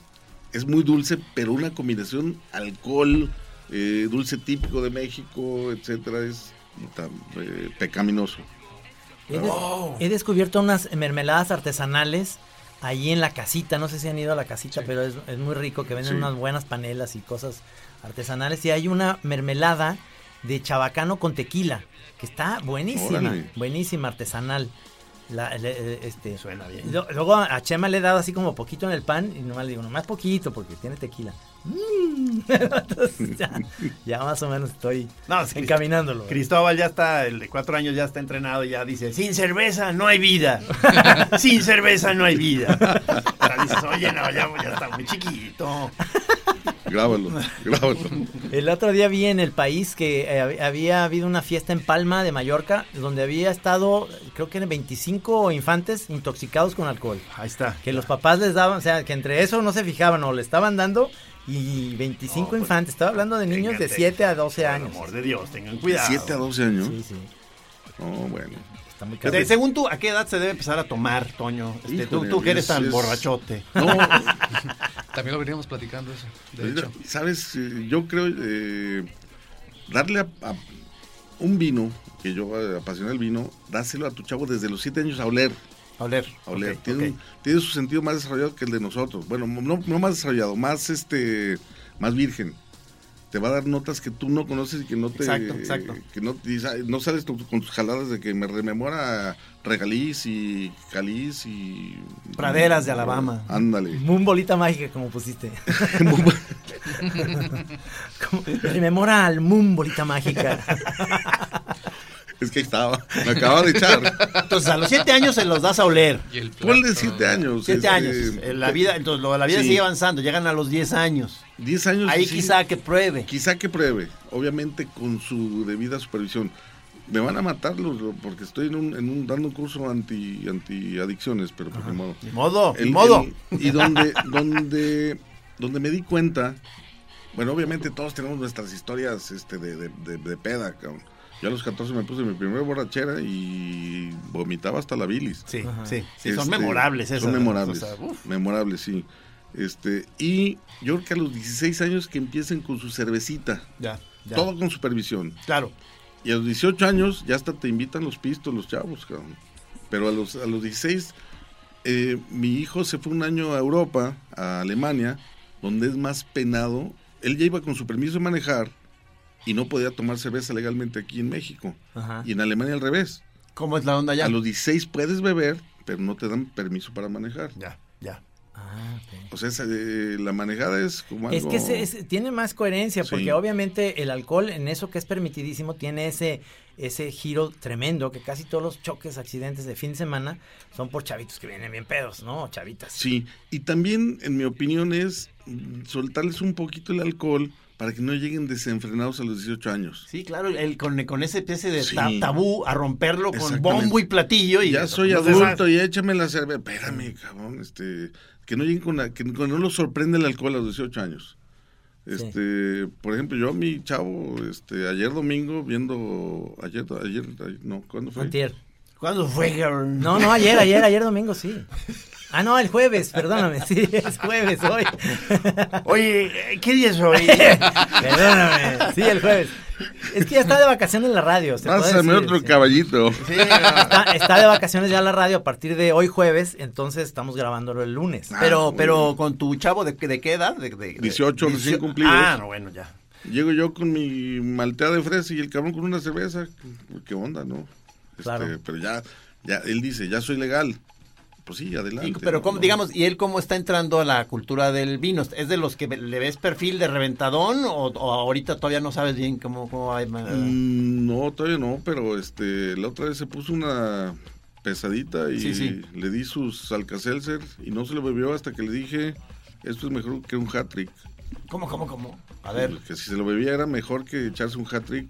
[SPEAKER 7] es muy dulce, pero una combinación alcohol, eh, dulce típico de México, etcétera, es tan, eh, pecaminoso.
[SPEAKER 6] He, des- he descubierto unas mermeladas artesanales ahí en la casita. No sé si han ido a la casita, pero es, es muy rico que venden
[SPEAKER 7] Sí.
[SPEAKER 6] unas buenas panelas y cosas artesanales. Y hay una mermelada de chabacano con tequila, que está buenísima,
[SPEAKER 7] Órale.
[SPEAKER 6] buenísima, artesanal. La- le- eh, este,
[SPEAKER 5] Suena bien.
[SPEAKER 6] lo- luego a a Chema le he dado así como poquito en el pan y nomás le digo, nomás poquito porque tiene tequila. Mm. Entonces, ya, ya más o menos estoy
[SPEAKER 5] No, es que-
[SPEAKER 6] encaminándolo.
[SPEAKER 5] Cristóbal ya está, el de cuatro años ya está entrenado y ya dice, sin cerveza no hay vida, sin cerveza no hay vida. Ahora dices, oye, no, ya, ya está muy chiquito.
[SPEAKER 7] Grábalo, grábalo.
[SPEAKER 6] El otro día vi en el país que eh, hab- había habido una fiesta en Palma de Mallorca donde había estado, creo que eran 25 infantes intoxicados con alcohol.
[SPEAKER 5] Ahí está.
[SPEAKER 6] Que los papás les daban, o sea, que entre eso no se fijaban o le estaban dando y 25
[SPEAKER 5] No, pues,
[SPEAKER 6] infantes. Estaba hablando de niños de
[SPEAKER 5] Téngate,
[SPEAKER 6] 7 a 12
[SPEAKER 5] por
[SPEAKER 6] años.
[SPEAKER 5] amor de Dios, tengan cuidado.
[SPEAKER 7] 7 a 12 años.
[SPEAKER 6] Sí, sí.
[SPEAKER 7] No, bueno.
[SPEAKER 6] Está muy caro.
[SPEAKER 5] Pues De- Este, según tú, ¿a qué edad se debe empezar a tomar, Toño? Este, tú,
[SPEAKER 7] Híjole,
[SPEAKER 5] tú que eres
[SPEAKER 7] es-
[SPEAKER 5] tan
[SPEAKER 7] es-
[SPEAKER 5] borrachote.
[SPEAKER 7] No,
[SPEAKER 8] También lo veníamos platicando eso, de
[SPEAKER 7] mira,
[SPEAKER 8] hecho.
[SPEAKER 7] sabes, Eh, yo creo eh, darle a, a un vino, que yo eh, apasioné el vino, dáselo a tu chavo desde los 7 años a oler.
[SPEAKER 5] A oler.
[SPEAKER 7] a oler.
[SPEAKER 5] Ok,
[SPEAKER 7] tiene,
[SPEAKER 5] ok.
[SPEAKER 7] tiene su sentido más desarrollado que el de nosotros. Bueno, no, no más desarrollado, más este más virgen. Te va a dar notas que tú no conoces y que no te.
[SPEAKER 5] Exacto, exacto.
[SPEAKER 7] Que no, y sa- no sales tu- con tus jaladas de que me rememora Regaliz y Caliz y.
[SPEAKER 5] Praderas de Alabama.
[SPEAKER 7] Ándale. pues,
[SPEAKER 6] Un bolita mágica como pusiste. Como- rememora al Moon bolita mágica.
[SPEAKER 7] es que ahí estaba. Me acababa de echar.
[SPEAKER 5] Entonces, a los siete años se los das a oler.
[SPEAKER 8] Y el
[SPEAKER 7] Ponle
[SPEAKER 8] plato-
[SPEAKER 7] 7 años.
[SPEAKER 5] Siete
[SPEAKER 7] este,
[SPEAKER 5] años. en La vida, entonces, lo de la vida
[SPEAKER 7] Sí.
[SPEAKER 5] sigue avanzando, llegan a los 10 años.
[SPEAKER 7] 10 años.
[SPEAKER 5] Ahí
[SPEAKER 7] sí.
[SPEAKER 5] quizá que pruebe.
[SPEAKER 7] Quizá que pruebe, obviamente con su debida supervisión. Me van a matar los- lo- porque estoy en un, en un- dando un curso anti, anti adicciones, pero por mi modo.
[SPEAKER 5] Ni modo, ni
[SPEAKER 7] El-
[SPEAKER 5] modo.
[SPEAKER 7] el- y donde, donde, donde me di cuenta, bueno, obviamente todos tenemos nuestras historias este, de, de, de- de peda, cabrón. Yo a los 14 me puse mi primera borrachera y vomitaba hasta la bilis.
[SPEAKER 5] Sí,
[SPEAKER 6] Ajá.
[SPEAKER 5] sí, sí, son
[SPEAKER 7] Este,
[SPEAKER 5] memorables esas.
[SPEAKER 7] Son memorables.
[SPEAKER 5] o sea, uf.
[SPEAKER 7] memorables, sí. Este, y yo creo que a los 16 años que empiecen con su cervecita.
[SPEAKER 5] ya, ya.
[SPEAKER 7] Todo con supervisión.
[SPEAKER 5] Claro.
[SPEAKER 7] Y a los 18 años ya hasta te invitan los pistos, los chavos, cabrón. Pero a los, a los 16, eh, mi hijo se fue un año a Europa, a Alemania, donde es más penado. Él ya iba con su permiso de manejar y no podía tomar cerveza legalmente aquí en México.
[SPEAKER 6] Ajá.
[SPEAKER 7] Y en Alemania al revés.
[SPEAKER 5] ¿Cómo es la onda Ah. ya?
[SPEAKER 7] A los 16 puedes beber, pero no te dan permiso para manejar.
[SPEAKER 5] Ya, ya.
[SPEAKER 6] Ah, ok.
[SPEAKER 7] O sea, esa, eh, la manejada es como
[SPEAKER 6] Es
[SPEAKER 7] algo...
[SPEAKER 6] que se- es- tiene más coherencia, porque
[SPEAKER 7] Sí.
[SPEAKER 6] obviamente el alcohol, en eso que es permitidísimo, tiene ese, ese giro tremendo, que casi todos los choques, accidentes de fin de semana son por chavitos que vienen bien pedos, ¿no? O Chavitas.
[SPEAKER 7] Sí, y también, en mi opinión, es mm, soltarles un poquito el alcohol para que no lleguen desenfrenados a los 18 años.
[SPEAKER 5] Sí, claro, el, con, con esa especie de
[SPEAKER 7] Sí.
[SPEAKER 5] ta- tabú a romperlo con
[SPEAKER 7] Exactamente.
[SPEAKER 5] bombo y platillo. Y
[SPEAKER 7] ya soy
[SPEAKER 5] Entonces,
[SPEAKER 7] adulto y échame la cerveza. Espérame, cabrón, este, que no lleguen con la, que, que no los sorprende el alcohol a los 18 años. Este, por ejemplo, yo a mi chavo, este, ayer domingo viendo, ayer, ayer, ay, no, ¿cuándo fue?
[SPEAKER 6] Antier.
[SPEAKER 5] ¿Cuándo fue, cabrón?
[SPEAKER 6] No, no, ayer, ayer, ayer domingo, sí. Ah, no, el jueves, perdóname, sí, es jueves hoy.
[SPEAKER 5] Oye, eh, ¿qué día es hoy?
[SPEAKER 6] Perdóname, sí, el jueves. Es que ya está de vacaciones la radio. se puede
[SPEAKER 7] Pásame
[SPEAKER 6] decir,
[SPEAKER 7] otro
[SPEAKER 6] sí.
[SPEAKER 7] caballito.
[SPEAKER 5] Sí, no.
[SPEAKER 6] Está, está de vacaciones ya la radio a partir de hoy jueves, entonces estamos grabándolo el lunes.
[SPEAKER 7] Ah,
[SPEAKER 5] Pero,
[SPEAKER 7] muy
[SPEAKER 5] pero
[SPEAKER 7] bien.
[SPEAKER 5] con tu chavo, ¿de, qué- de qué edad? De, de- de-
[SPEAKER 7] 18 recién
[SPEAKER 5] diecio-
[SPEAKER 7] cumplidos.
[SPEAKER 5] Ah, no, bueno, ya.
[SPEAKER 7] Llego yo con mi malteada de fresa y el cabrón con una cerveza. ¿Qué onda, no? Este,
[SPEAKER 6] Claro.
[SPEAKER 7] Pero ya, ya, él dice, ya soy legal. Pues sí, adelante.
[SPEAKER 5] Y- pero,
[SPEAKER 7] ¿no?
[SPEAKER 5] ¿cómo- digamos, ¿y él cómo está entrando a la cultura del vino? ¿Es de los que le ves perfil de reventadón o, o ahorita todavía no sabes bien cómo, cómo hay manera?
[SPEAKER 7] Mm, No, todavía no, pero este, la otra vez se puso una pesadita y
[SPEAKER 5] Sí, sí.
[SPEAKER 7] le di sus alcacelser y no se lo bebió hasta que le dije, esto es mejor que un hat-trick.
[SPEAKER 5] ¿Cómo, cómo, cómo? A ver.
[SPEAKER 7] Que si se Pues lo bebía era mejor que echarse un hat-trick.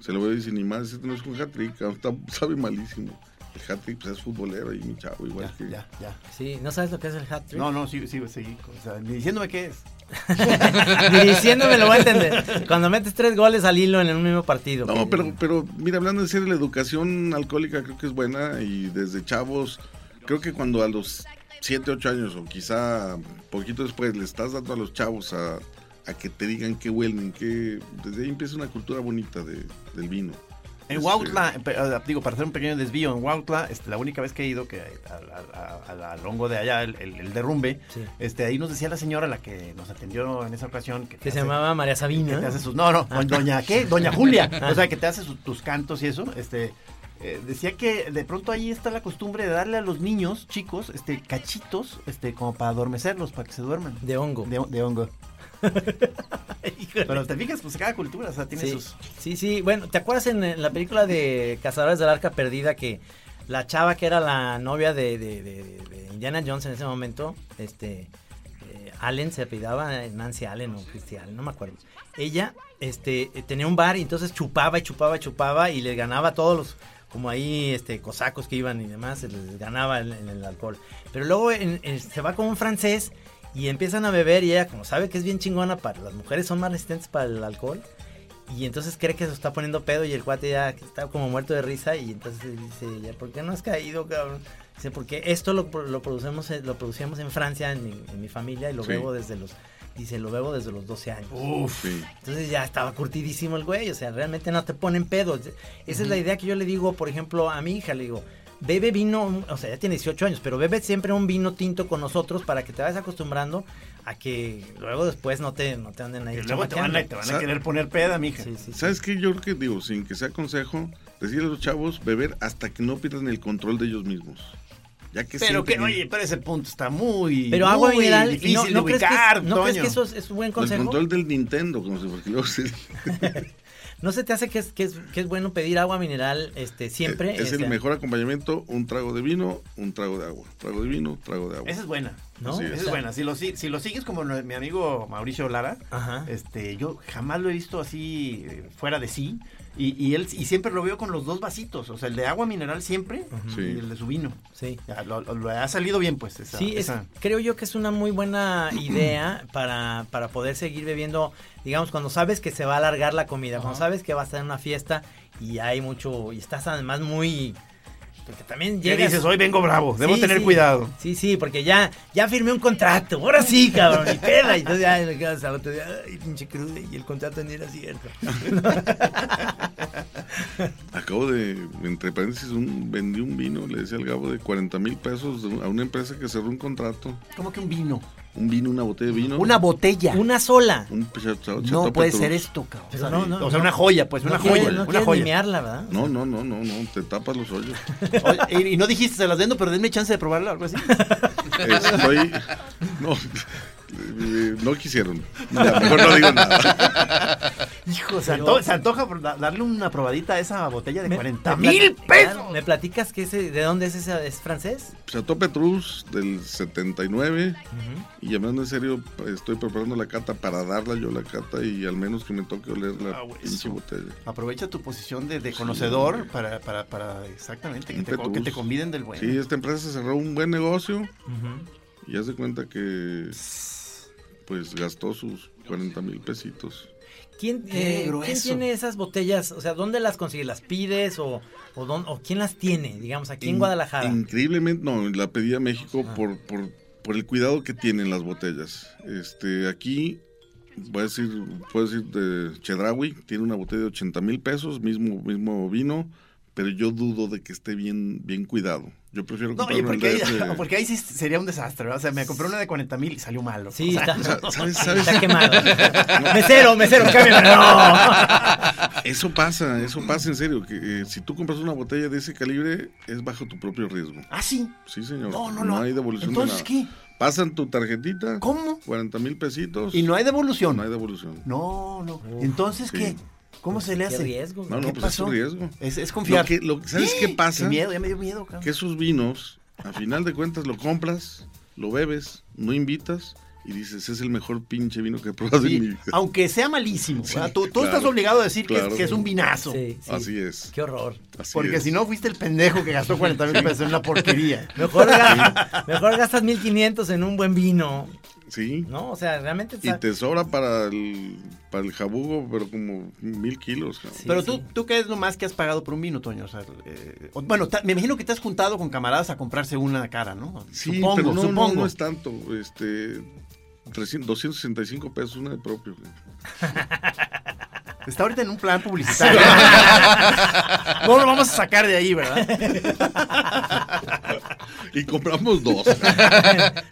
[SPEAKER 7] Se lo bebió y dice, ni más, este no es un hat-trick, cabrón, está- sabe malísimo. El hat-trick pues, es futbolero y mi chavo igual
[SPEAKER 5] Ya,
[SPEAKER 7] que...
[SPEAKER 5] ya, ya.
[SPEAKER 6] Sí, ¿no sabes lo que es el hat trick?
[SPEAKER 5] No, no, sí, sí, sí. o sea, ni diciéndome qué es.
[SPEAKER 6] Ni diciéndome lo voy a entender. Cuando metes tres goles al hilo en un mismo partido.
[SPEAKER 7] No, pero, pero mira, hablando en serio, la educación alcohólica creo que es buena y desde chavos, creo que cuando a los 7, 8 años o quizá poquito después le estás dando a los chavos a, a que te digan que huelen, que desde ahí empieza una cultura bonita de, del vino.
[SPEAKER 5] En Huautla, pe- eh, digo, para hacer un pequeño desvío, en Huautla, este, la única vez que he ido que a- a- a- a- al hongo de allá, el, el- el derrumbe,
[SPEAKER 6] Sí.
[SPEAKER 5] este, ahí nos decía la señora, la que nos atendió en esa ocasión, que, te
[SPEAKER 6] Que se
[SPEAKER 5] hace-
[SPEAKER 6] llamaba Ah. María
[SPEAKER 5] que te
[SPEAKER 6] Sabina.
[SPEAKER 5] hace sus. No, no, doña qué? Doña Julia. O sea, que te hace sus- tus cantos y eso. Este. eh, decía que de pronto ahí está la costumbre de darle a los niños, chicos, este, cachitos, este, como para adormecerlos, para que se duerman.
[SPEAKER 6] De hongo.
[SPEAKER 5] De, de hongo.
[SPEAKER 6] Híjole.
[SPEAKER 5] Pero te fijas, pues cada cultura, o sea, tiene
[SPEAKER 6] Sí,
[SPEAKER 5] sus.
[SPEAKER 6] sí, sí. Bueno, ¿te acuerdas en, en la película de Cazadores del Arca Perdida que la chava que era la novia de, de- de- de- de Indiana Jones en ese momento, este, eh, Allen se apellidaba eh, Nancy Allen o Christy Allen, no me acuerdo. Ella, este, eh, tenía un bar y entonces chupaba y chupaba y chupaba y le ganaba a todos los como ahí este cosacos que iban y demás, se les ganaba en, en el alcohol. Pero luego en- en- se va con un francés y empiezan a beber y ella como sabe que es bien chingona para las mujeres son más resistentes para el alcohol y entonces cree que se está poniendo pedo y el cuate ya está como muerto de risa y entonces le dice ella, ¿por qué no has caído, cabrón? Dice, porque esto lo, pro- lo producimos, en- lo producíamos en Francia, en mi, en mi familia, y lo
[SPEAKER 7] Sí.
[SPEAKER 6] bebo desde los, dice, lo bebo desde los 12 años.
[SPEAKER 5] Uh,
[SPEAKER 7] Sí.
[SPEAKER 6] Entonces ya estaba curtidísimo el güey, o sea, realmente no te ponen pedos. Esa es la idea que yo le digo, por ejemplo, a mi hija, le digo, bebe vino, o sea, ya tiene 18 años, pero bebe siempre un vino tinto con nosotros para que te vayas acostumbrando a que luego después no te, no te anden ahí.
[SPEAKER 5] Que luego te van, a, te
[SPEAKER 6] chamaqueando".
[SPEAKER 5] van a
[SPEAKER 7] ¿Sabes?
[SPEAKER 5] querer poner peda, mija.
[SPEAKER 6] Sí, sí, sí.
[SPEAKER 7] ¿Sabes qué? Yo creo que digo, sin que sea consejo, decirle a los chavos beber hasta que no pierdan el control de ellos mismos. Ya que
[SPEAKER 5] Pero
[SPEAKER 7] sienten
[SPEAKER 5] que,
[SPEAKER 7] el-
[SPEAKER 5] oye, pero ese punto está muy,
[SPEAKER 6] Pero agua
[SPEAKER 5] muy
[SPEAKER 6] mineral, y
[SPEAKER 5] difícil
[SPEAKER 6] no, no
[SPEAKER 5] de
[SPEAKER 6] crees que es-
[SPEAKER 5] ubicar,
[SPEAKER 6] ¿no crees
[SPEAKER 5] Toño.
[SPEAKER 6] que eso es, es un buen
[SPEAKER 7] el
[SPEAKER 6] consejo?
[SPEAKER 7] control del Nintendo, como se porque luego se-
[SPEAKER 6] ¿No se te hace que es, que es, que es bueno pedir agua mineral este, siempre?
[SPEAKER 7] es
[SPEAKER 6] O sea,
[SPEAKER 7] el mejor acompañamiento, un trago de vino, un trago de agua, trago de vino, trago de agua.
[SPEAKER 5] Esa es buena.
[SPEAKER 6] ¿no?
[SPEAKER 7] Sí,
[SPEAKER 6] O
[SPEAKER 5] Esa es
[SPEAKER 6] sea,
[SPEAKER 5] buena. Si lo, si, si lo sigues como no- mi amigo Mauricio Lara,
[SPEAKER 6] Ajá.
[SPEAKER 7] Eh,
[SPEAKER 5] este, yo jamás lo he visto así eh, fuera de sí. Y, y él y siempre lo veo con los dos vasitos. O sea, el de agua mineral siempre
[SPEAKER 7] Sí.
[SPEAKER 5] y el de su vino.
[SPEAKER 6] Sí.
[SPEAKER 5] Ya, lo, lo- lo ha salido bien, pues. Esa,
[SPEAKER 6] Sí, es-
[SPEAKER 5] esa-
[SPEAKER 6] creo yo que es una muy buena idea para, para poder seguir bebiendo, digamos, cuando sabes que se va a alargar la comida, cuando sabes que va a estar en una fiesta y hay mucho, y estás además muy... Porque también
[SPEAKER 5] ¿Qué
[SPEAKER 6] llegas...
[SPEAKER 5] dices? Hoy vengo bravo. Debo
[SPEAKER 6] Sí,
[SPEAKER 5] tener
[SPEAKER 6] sí.
[SPEAKER 5] cuidado.
[SPEAKER 6] Sí, sí, porque ya, ya firmé un contrato. Ahora sí, cabrón, y peda. Y entonces ya le quedas al otro día, ay, pinche cruda, y el contrato ni era cierto.
[SPEAKER 7] Acabo de, entre paréntesis, un, vendí un vino, le decía al Gabo, de 40 mil pesos de un- a una empresa que cerró un contrato.
[SPEAKER 5] ¿Cómo que un vino?
[SPEAKER 7] Un vino, una botella de vino.
[SPEAKER 5] Ah, Una botella.
[SPEAKER 6] Una sola.
[SPEAKER 7] Un cha- cha-
[SPEAKER 5] No
[SPEAKER 7] Chateau
[SPEAKER 5] puede
[SPEAKER 7] Petrus.
[SPEAKER 5] ser esto, cabrón.
[SPEAKER 6] Pero no, no,
[SPEAKER 5] o sea,
[SPEAKER 6] no.
[SPEAKER 5] una joya, pues, una
[SPEAKER 6] no
[SPEAKER 5] joya.
[SPEAKER 6] quieres- no
[SPEAKER 5] una
[SPEAKER 6] quieres
[SPEAKER 5] joya.
[SPEAKER 6] limearla, ¿verdad?
[SPEAKER 7] No, no, no, no, no, te tapas los hoyos.
[SPEAKER 5] Oye, y, y no dijiste, se las vendo, pero denme chance de probarla o algo así.
[SPEAKER 7] Estoy. No, eh, no quisieron. Ya, mejor no digo nada.
[SPEAKER 5] Hijo, se,
[SPEAKER 6] Pero-
[SPEAKER 5] anto- se antoja por da- darle una probadita a esa botella de
[SPEAKER 6] Me-
[SPEAKER 5] 40
[SPEAKER 6] me
[SPEAKER 5] mil
[SPEAKER 6] plati-
[SPEAKER 5] pesos.
[SPEAKER 6] ¿Me platicas que ese, de dónde es ese? ¿Es francés?
[SPEAKER 7] Chateau Petrus del 79. Y hablando en serio, estoy preparando la cata para darla yo la cata y al menos que me toque oler la
[SPEAKER 5] Ah, hueso.
[SPEAKER 7] pinche botella.
[SPEAKER 5] Aprovecha tu posición de, de
[SPEAKER 7] Sí,
[SPEAKER 5] conocedor
[SPEAKER 7] hombre.
[SPEAKER 5] para, para, para exactamente que
[SPEAKER 7] Un
[SPEAKER 5] te, co- que
[SPEAKER 7] Petrus.
[SPEAKER 5] te conviden del bueno.
[SPEAKER 7] Sí, esta empresa cerró un buen negocio y hace cuenta que pues gastó sus 40 mil pesitos.
[SPEAKER 6] ¿Quién,
[SPEAKER 5] Qué
[SPEAKER 6] eh, ¿Quién
[SPEAKER 5] grueso.
[SPEAKER 6] tiene esas botellas? O sea, ¿dónde las consigues? ¿Las pides o, o, dón- o quién las tiene? Digamos, aquí en
[SPEAKER 7] In-
[SPEAKER 6] Guadalajara.
[SPEAKER 7] Increíblemente, no, la pedí a México
[SPEAKER 6] Ah.
[SPEAKER 7] por, por, por el cuidado que tienen las botellas. Este, aquí, voy a decir, puedo decir de Chedraui, tiene una botella de 80 mil pesos, mismo, mismo vino, pero yo dudo de que esté bien, bien cuidado. Yo prefiero
[SPEAKER 5] No,
[SPEAKER 7] comprar
[SPEAKER 5] oye,
[SPEAKER 7] una
[SPEAKER 5] porque ahí,
[SPEAKER 7] de-
[SPEAKER 5] porque ahí sí sería un desastre, ¿verdad? O sea, me compré una de 40 mil y salió malo.
[SPEAKER 6] Sí, está,
[SPEAKER 7] O sea, ¿sabes, sabes?
[SPEAKER 6] está quemado. mesero, mesero, cámbiala.
[SPEAKER 7] Eso pasa, eso pasa en serio. Que eh, si tú compras una botella de ese calibre, es bajo tu propio riesgo.
[SPEAKER 5] Ah, sí.
[SPEAKER 7] Sí, señor.
[SPEAKER 5] No, no, no.
[SPEAKER 7] hay devolución
[SPEAKER 5] Entonces,
[SPEAKER 7] de nada.
[SPEAKER 5] ¿qué?
[SPEAKER 7] Pasan tu tarjetita,
[SPEAKER 5] ¿Cómo?
[SPEAKER 7] 40 mil pesitos.
[SPEAKER 5] Y no hay devolución.
[SPEAKER 7] No hay devolución.
[SPEAKER 5] No, no. Entonces,
[SPEAKER 7] sí.
[SPEAKER 5] ¿qué? ¿Cómo se le
[SPEAKER 6] no. Qué
[SPEAKER 5] hace?
[SPEAKER 6] riesgo.
[SPEAKER 7] No,
[SPEAKER 6] ¿qué
[SPEAKER 7] no, pues es
[SPEAKER 6] pasó?
[SPEAKER 7] un riesgo.
[SPEAKER 5] Es, es
[SPEAKER 7] Lo
[SPEAKER 5] confiar. ¡Eh!
[SPEAKER 7] que- lo- ¿Sabes qué pasa?
[SPEAKER 5] Qué miedo, ya me dio miedo, cabrón.
[SPEAKER 7] Que esos vinos, a final de cuentas, lo compras, lo bebes, no invitas y dices, es el mejor pinche vino que he probado
[SPEAKER 5] Sí,
[SPEAKER 7] en mi vida.
[SPEAKER 5] aunque sea malísimo.
[SPEAKER 7] Sí,
[SPEAKER 5] ¿verdad? tú tú
[SPEAKER 7] claro,
[SPEAKER 5] estás obligado a decir que es- que,
[SPEAKER 7] claro.
[SPEAKER 5] es, un vinazo.
[SPEAKER 6] Sí, sí.
[SPEAKER 7] Así es.
[SPEAKER 6] Qué horror.
[SPEAKER 7] así
[SPEAKER 5] Porque
[SPEAKER 7] es.
[SPEAKER 5] si no, fuiste el pendejo que gastó 40 mil pesos en una porquería.
[SPEAKER 6] Mejor, ga- mejor gastas 1500 en un buen vino.
[SPEAKER 7] Sí.
[SPEAKER 6] No, o sea, realmente.
[SPEAKER 7] Y te sobra para el, para el jabugo, pero como mil kilos. cabrón.
[SPEAKER 6] Sí.
[SPEAKER 5] Pero tú, ¿tú qué es lo más que has pagado por un vino, Toño? O sea, eh, o- bueno, ta- me imagino que te has juntado con camaradas a comprarse una cara, ¿no?
[SPEAKER 7] Sí,
[SPEAKER 5] supongo,
[SPEAKER 7] pero no, no,
[SPEAKER 5] supongo.
[SPEAKER 7] No, es tanto. Este, 300, 265 pesos una de propio. güey.
[SPEAKER 5] Está ahorita en un plan publicitario. no lo vamos a sacar de ahí, ¿verdad?
[SPEAKER 7] Y compramos dos.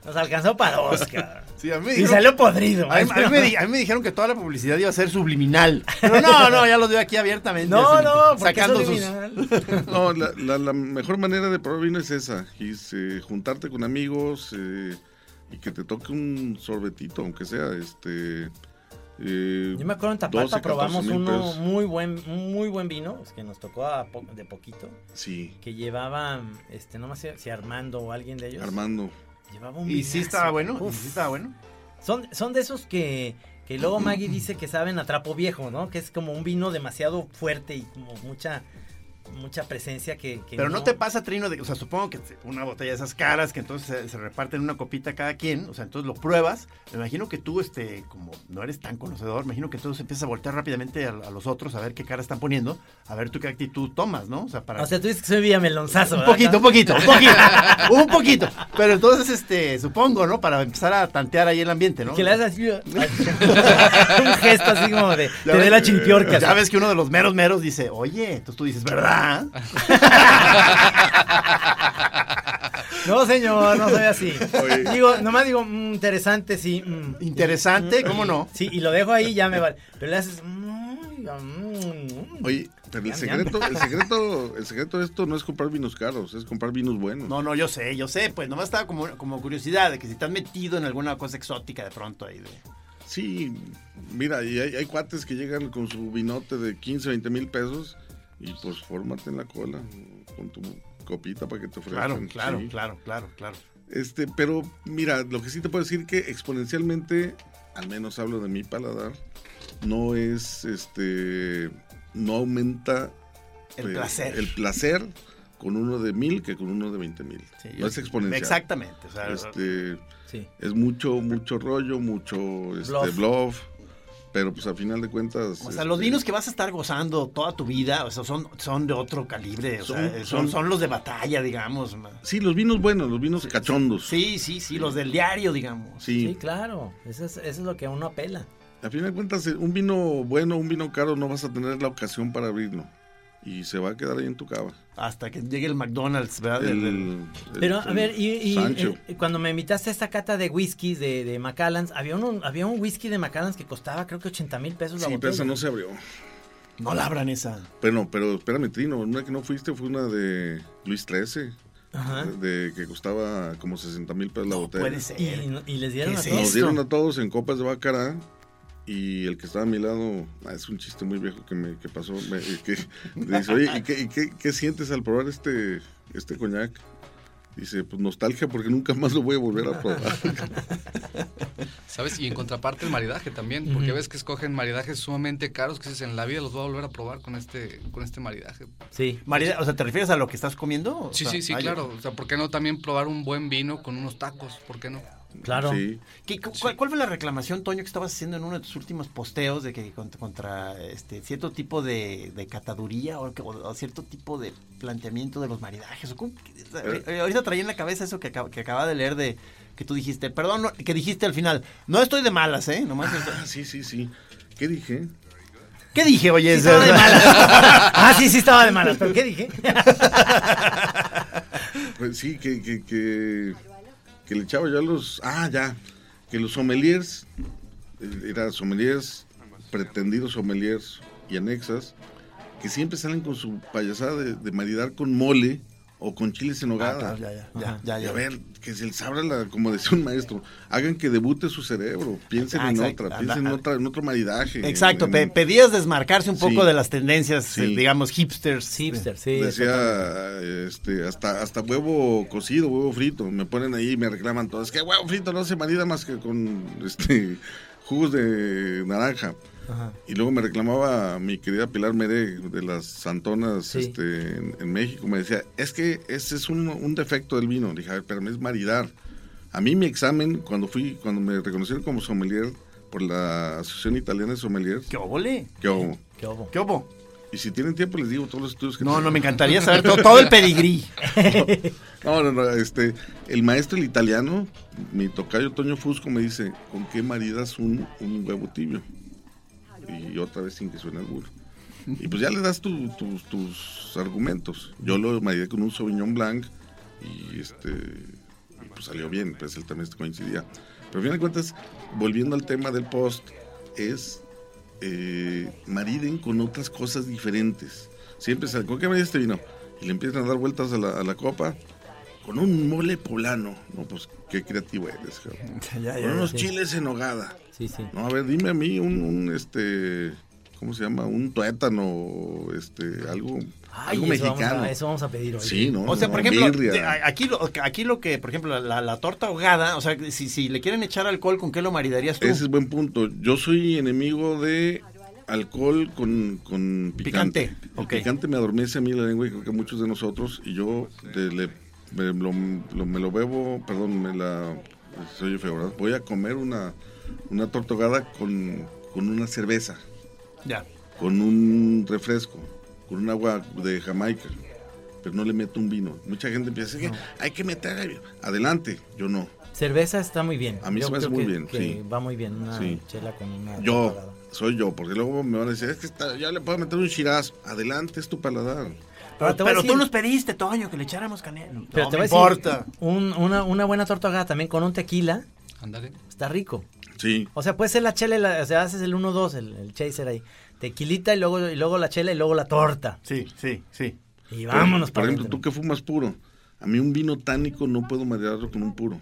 [SPEAKER 6] Nos alcanzó para dos, cabrón.
[SPEAKER 5] Sí, a mí. me
[SPEAKER 6] Y
[SPEAKER 5] dijeron-
[SPEAKER 6] salió podrido.
[SPEAKER 5] a mí- a
[SPEAKER 6] maestro.
[SPEAKER 5] mí me, di- a mí me dijeron que toda la publicidad iba a ser subliminal. Pero no, no, ya lo veo aquí abiertamente.
[SPEAKER 6] No,
[SPEAKER 5] así,
[SPEAKER 6] no, porque
[SPEAKER 5] sacando
[SPEAKER 6] es
[SPEAKER 5] sus.
[SPEAKER 6] original.
[SPEAKER 7] No, la, la- la mejor manera de probar vino es esa. es, eh, juntarte con amigos eh, y que te toque un sorbetito, aunque sea. este eh,
[SPEAKER 6] Yo me acuerdo en
[SPEAKER 7] 12,
[SPEAKER 6] Tapata
[SPEAKER 7] 14
[SPEAKER 6] probamos
[SPEAKER 7] mil
[SPEAKER 6] uno
[SPEAKER 7] pesos.
[SPEAKER 6] muy buen, muy buen vino, es que nos tocó a po- de poquito,
[SPEAKER 7] Sí,
[SPEAKER 6] que llevaba, este, no más si Armando o alguien de ellos.
[SPEAKER 7] Armando.
[SPEAKER 6] Llevaba un
[SPEAKER 5] Y sí
[SPEAKER 6] vinazo.
[SPEAKER 5] estaba bueno. y
[SPEAKER 6] Uf.
[SPEAKER 5] sí estaba bueno.
[SPEAKER 6] Son, son de esos que, que luego Maggie dice que saben a trapo viejo, ¿no? Que es como un vino demasiado fuerte y como mucha mucha presencia que, que
[SPEAKER 5] Pero no te pasa, Trino, de, o sea, supongo que te- una botella de esas caras que entonces se, se reparten una copita cada quien, o sea, entonces lo pruebas. Me imagino que tú, este, como no eres tan conocedor, me imagino que entonces empiezas a voltear rápidamente a, a los otros a ver qué cara están poniendo, a ver tú qué actitud tomas, ¿no? O sea, para...
[SPEAKER 6] O sea, tú dices que soy villamelonzazo,
[SPEAKER 5] un
[SPEAKER 6] ¿verdad?
[SPEAKER 5] poquito, un poquito, un poquito, un poquito. Pero entonces, este, supongo, ¿no? Para empezar a tantear ahí el ambiente, ¿no?
[SPEAKER 6] Que le haces así, así, un gesto así como de, te dé la chimpiorca.
[SPEAKER 5] Ya
[SPEAKER 6] así.
[SPEAKER 5] ves que uno de los meros meros dice, oye, entonces tú dices, ¿verdad?
[SPEAKER 6] No, señor, no soy así.
[SPEAKER 7] Oye.
[SPEAKER 6] Digo, nomás digo, mm, interesante, sí. mm.
[SPEAKER 5] Interesante, ¿cómo no?
[SPEAKER 6] Sí, y lo dejo ahí, ya me vale. Pero le haces. mm, mm, mm.
[SPEAKER 7] Oye, pero el
[SPEAKER 6] Yam,
[SPEAKER 7] secreto, el secreto, el secreto de esto no es comprar vinos caros, es comprar vinos buenos.
[SPEAKER 5] No, no, yo sé, yo sé, pues nomás estaba como, como curiosidad de que si estás metido en alguna cosa exótica de pronto ahí.
[SPEAKER 7] Pues,
[SPEAKER 5] De...
[SPEAKER 7] Sí, mira, y hay, hay cuates que llegan con su vinote de 15, 20 mil pesos y pues fórmate en la cola con tu copita para que te ofrezcan. Sí.
[SPEAKER 5] claro, claro, claro.
[SPEAKER 7] Este, pero mira, lo que sí te puedo decir que exponencialmente, al menos hablo de mi paladar, no es este, no aumenta
[SPEAKER 5] El
[SPEAKER 7] eh,
[SPEAKER 5] placer.
[SPEAKER 7] el placer con uno de mil que con uno de veinte mil.
[SPEAKER 5] Sí, yo-
[SPEAKER 7] no es exponencial.
[SPEAKER 5] Exactamente. O sea,
[SPEAKER 7] Este,
[SPEAKER 6] Sí.
[SPEAKER 7] es mucho, mucho rollo, mucho este,
[SPEAKER 6] Bluff.
[SPEAKER 7] bluff. Pero pues al final de cuentas.
[SPEAKER 5] o sea, los
[SPEAKER 7] este,
[SPEAKER 5] vinos que vas a estar gozando toda tu vida, o sea, son, son de otro calibre, o
[SPEAKER 7] Son-
[SPEAKER 5] sea, son,
[SPEAKER 7] son-
[SPEAKER 5] son los de batalla, digamos. ma.
[SPEAKER 7] Sí, los vinos buenos, los vinos cachondos.
[SPEAKER 5] Sí, sí, sí, los del diario, digamos.
[SPEAKER 7] Sí.
[SPEAKER 6] Sí, claro. Eso es, eso es lo que a uno apela.
[SPEAKER 7] Al final de cuentas, eh, un vino bueno, un vino caro, no vas a tener la ocasión para abrirlo. Y se va a quedar ahí en tu cava.
[SPEAKER 5] Hasta que llegue el McDonald's, ¿verdad? Ah, Del- del-
[SPEAKER 7] el-
[SPEAKER 6] Pero, a
[SPEAKER 7] el
[SPEAKER 6] ver, y, y-
[SPEAKER 7] Sancho.
[SPEAKER 6] eh, cuando me invitaste a esta cata de whiskies de, de Macallans, había, uno, había un whisky de Macallans que costaba creo que 80 mil pesos la
[SPEAKER 7] sí,
[SPEAKER 6] botella.
[SPEAKER 7] pero esa no se abrió.
[SPEAKER 5] No labran esa.
[SPEAKER 7] Pero no, pero espérame, Trino, una que no fuiste fue una de Luis XIII,
[SPEAKER 6] Ajá.
[SPEAKER 7] de, de que costaba como 60 mil pesos la botella.
[SPEAKER 5] Puede ser.
[SPEAKER 6] Y, y les dieron
[SPEAKER 5] ¿Qué
[SPEAKER 6] a
[SPEAKER 5] es
[SPEAKER 6] todos.
[SPEAKER 7] Nos
[SPEAKER 5] Esto.
[SPEAKER 7] dieron a todos en copas de Bacará. Y el que estaba a mi lado, ah, es un chiste muy viejo que me que pasó. me- eh, que, me dice, oye, ¿y, qué, y qué- qué sientes al probar este, este coñac? Dice, pues nostalgia porque nunca más lo voy a volver a probar.
[SPEAKER 8] ¿Sabes? Y en contraparte el maridaje también, porque
[SPEAKER 6] Ujú.
[SPEAKER 8] ves que escogen maridajes sumamente caros que dices, en la vida los voy a volver a probar con este con este maridaje.
[SPEAKER 6] Sí.
[SPEAKER 5] Marida, o sea, ¿te refieres a lo que estás comiendo? O
[SPEAKER 8] Sí,
[SPEAKER 5] sea,
[SPEAKER 8] sí, sí,
[SPEAKER 5] ay,
[SPEAKER 8] claro. O sea, ¿por qué no también probar un buen vino con unos tacos? ¿Por qué no?
[SPEAKER 6] Claro.
[SPEAKER 7] Sí.
[SPEAKER 5] ¿Qué- cu- cuál, cuál fue la reclamación, Toño, que estabas haciendo en uno de tus últimos posteos de que contra, contra, este cierto tipo de, de cataduría o, que- o- o cierto tipo de planteamiento de los maridajes? o cómo- eh, eh, ahorita traía en la cabeza eso que, acab- que acaba de leer de que tú dijiste, perdón, no- que dijiste al final, no estoy de malas, ¿eh? Nomás estoy-
[SPEAKER 7] Ah, sí, sí, sí. ¿Qué dije?
[SPEAKER 5] ¿Qué dije, oye?
[SPEAKER 6] Sí estaba de malas. ah, sí, sí estaba de malas. ¿Pero qué dije?
[SPEAKER 7] Pues sí, que, que, que, que le echaba yo a los. Ah, ya. Que los sommeliers, eh, era sommeliers, pretendidos sommeliers y anexas, que siempre salen con su payasada de, de maridar con mole o con chiles en
[SPEAKER 5] Ah,
[SPEAKER 7] hogada.
[SPEAKER 5] claro, ya, ya,
[SPEAKER 6] Ajá.
[SPEAKER 5] ya, ya,
[SPEAKER 7] Y
[SPEAKER 5] ya.
[SPEAKER 7] a ver, que se les abra la, como decía un maestro, hagan que debute su cerebro, piensen
[SPEAKER 5] Ah,
[SPEAKER 7] en
[SPEAKER 5] exacto.
[SPEAKER 7] otra, piensen en
[SPEAKER 5] Anda,
[SPEAKER 7] otra, en otro maridaje.
[SPEAKER 5] Exacto,
[SPEAKER 7] en-
[SPEAKER 5] pe-
[SPEAKER 7] en-
[SPEAKER 5] pedías desmarcarse un poco
[SPEAKER 7] Sí.
[SPEAKER 5] de las tendencias, eh,
[SPEAKER 7] Sí.
[SPEAKER 5] digamos, hipsters.
[SPEAKER 6] Hipster, sí.
[SPEAKER 7] Decía, este, hasta, hasta huevo cocido, huevo frito. Me ponen ahí y me reclaman todos. Que huevo frito no se marida más que con este jugos de naranja. Y luego me reclamaba mi querida Pilar Meré de las Santonas
[SPEAKER 6] Sí.
[SPEAKER 7] este, en, en México. Me decía, es que ese es un, un defecto del vino. Dije, a ver, pero es maridar. A mí mi examen, cuando fui, cuando me reconocieron como sommelier por la Asociación Italiana de Sommeliers,
[SPEAKER 5] ¿Qué óvole?
[SPEAKER 7] ¿qué hago?
[SPEAKER 6] ¿Qué hubo?
[SPEAKER 5] ¿Qué hubo?
[SPEAKER 7] Y si tienen tiempo les digo todos los estudios que
[SPEAKER 5] No,
[SPEAKER 7] tengo.
[SPEAKER 5] no, me encantaría saber to- todo el pedigrí.
[SPEAKER 7] No, no, no, este, el maestro, el italiano, mi tocayo Toño Fusco me dice, ¿con qué maridas un, un huevo tibio? y otra vez sin que suene alguno. Y pues ya le das tu- tus- tus argumentos. Yo lo maridé con un Sauvignon Blanc y este y pues salió bien, pues él también coincidía. Pero al final de cuentas, volviendo al tema del post, es eh, mariden con otras cosas diferentes. Siempre salen, ¿con qué maridas este vino? Y le empiezan a dar vueltas a la, a la copa con un mole poblano. No, pues qué creativo eres, cabrón.
[SPEAKER 6] Ya,
[SPEAKER 7] Con unos
[SPEAKER 6] sí.
[SPEAKER 7] chiles en hogada.
[SPEAKER 6] Sí, sí.
[SPEAKER 7] No, a ver, dime a mí un, un, este, ¿cómo se llama? Un tuétano, este, algo,
[SPEAKER 9] Ay,
[SPEAKER 7] algo
[SPEAKER 9] eso, vamos
[SPEAKER 7] mexicano.
[SPEAKER 9] a, eso vamos a pedir hoy.
[SPEAKER 7] Sí, no,
[SPEAKER 5] O sea,
[SPEAKER 7] no,
[SPEAKER 5] por ejemplo,
[SPEAKER 7] birria.
[SPEAKER 5] de- a- aquí, lo, aquí lo que, por ejemplo, la, la torta ahogada, o sea, si, si le quieren echar alcohol, ¿con qué lo maridarías tú?
[SPEAKER 7] Ese es buen punto. Yo soy enemigo de alcohol con, con picante.
[SPEAKER 5] Picante,
[SPEAKER 7] El
[SPEAKER 5] ok.
[SPEAKER 7] picante me adormece a mí la lengua y creo que a muchos de nosotros. Y yo de- le- me, lo, lo- me lo bebo, perdón, me la. Se oye feo, ¿verdad? Voy a comer una, una torta ahogada con, con una cerveza,
[SPEAKER 5] Ya.
[SPEAKER 7] con un refresco, con un agua de Jamaica. Pero no le meto un vino. Mucha gente empieza a decir que hay que meter. Adelante, yo no.
[SPEAKER 6] Cerveza está muy bien.
[SPEAKER 7] A mí se me hace
[SPEAKER 6] creo
[SPEAKER 7] muy
[SPEAKER 6] que-
[SPEAKER 7] bien,
[SPEAKER 6] que
[SPEAKER 7] sí.
[SPEAKER 6] Va muy bien una
[SPEAKER 7] Sí.
[SPEAKER 6] chela con una.
[SPEAKER 7] Yo,
[SPEAKER 6] dorada.
[SPEAKER 7] soy yo, porque luego me van a decir, es que está, ya le puedo meter un shiraz. Adelante, es tu paladar.
[SPEAKER 6] Pero, te voy a
[SPEAKER 5] Pero
[SPEAKER 6] decir-
[SPEAKER 5] tú nos pediste, Toño, que le echáramos canela. No,
[SPEAKER 6] pero te
[SPEAKER 5] me
[SPEAKER 6] voy a decir,
[SPEAKER 5] importa.
[SPEAKER 6] un- una, una buena torta ahogada también con un tequila
[SPEAKER 8] Ándale.
[SPEAKER 6] está rico.
[SPEAKER 7] Sí,
[SPEAKER 6] O sea, puede ser la chela, y la- o sea, haces el 1-2, el, el chaser ahí. Tequilita y luego, y luego la chela y luego la torta.
[SPEAKER 5] Sí, sí, sí.
[SPEAKER 6] Y vámonos
[SPEAKER 7] Por
[SPEAKER 6] para
[SPEAKER 7] ejemplo, tú
[SPEAKER 6] adentro.
[SPEAKER 7] que fumas puro. A mí un vino tánico no puedo marearlo con un puro.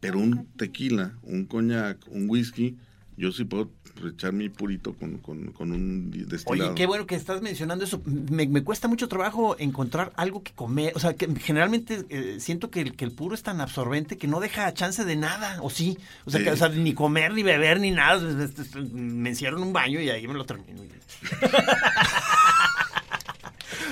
[SPEAKER 7] Pero un tequila, un coñac, un whisky, yo sí puedo echar mi purito con, con- con un di- este
[SPEAKER 5] Oye,
[SPEAKER 7] destilado.
[SPEAKER 5] qué bueno que estás mencionando eso. Me, me cuesta mucho trabajo encontrar algo que comer. O sea, que generalmente eh, siento que el, que el puro es tan absorbente que no deja chance de nada, ¿o sí? O sea,
[SPEAKER 7] Sí.
[SPEAKER 5] que, o sea, ni comer, ni beber, ni nada. Me encierro en un baño y ahí me lo termino.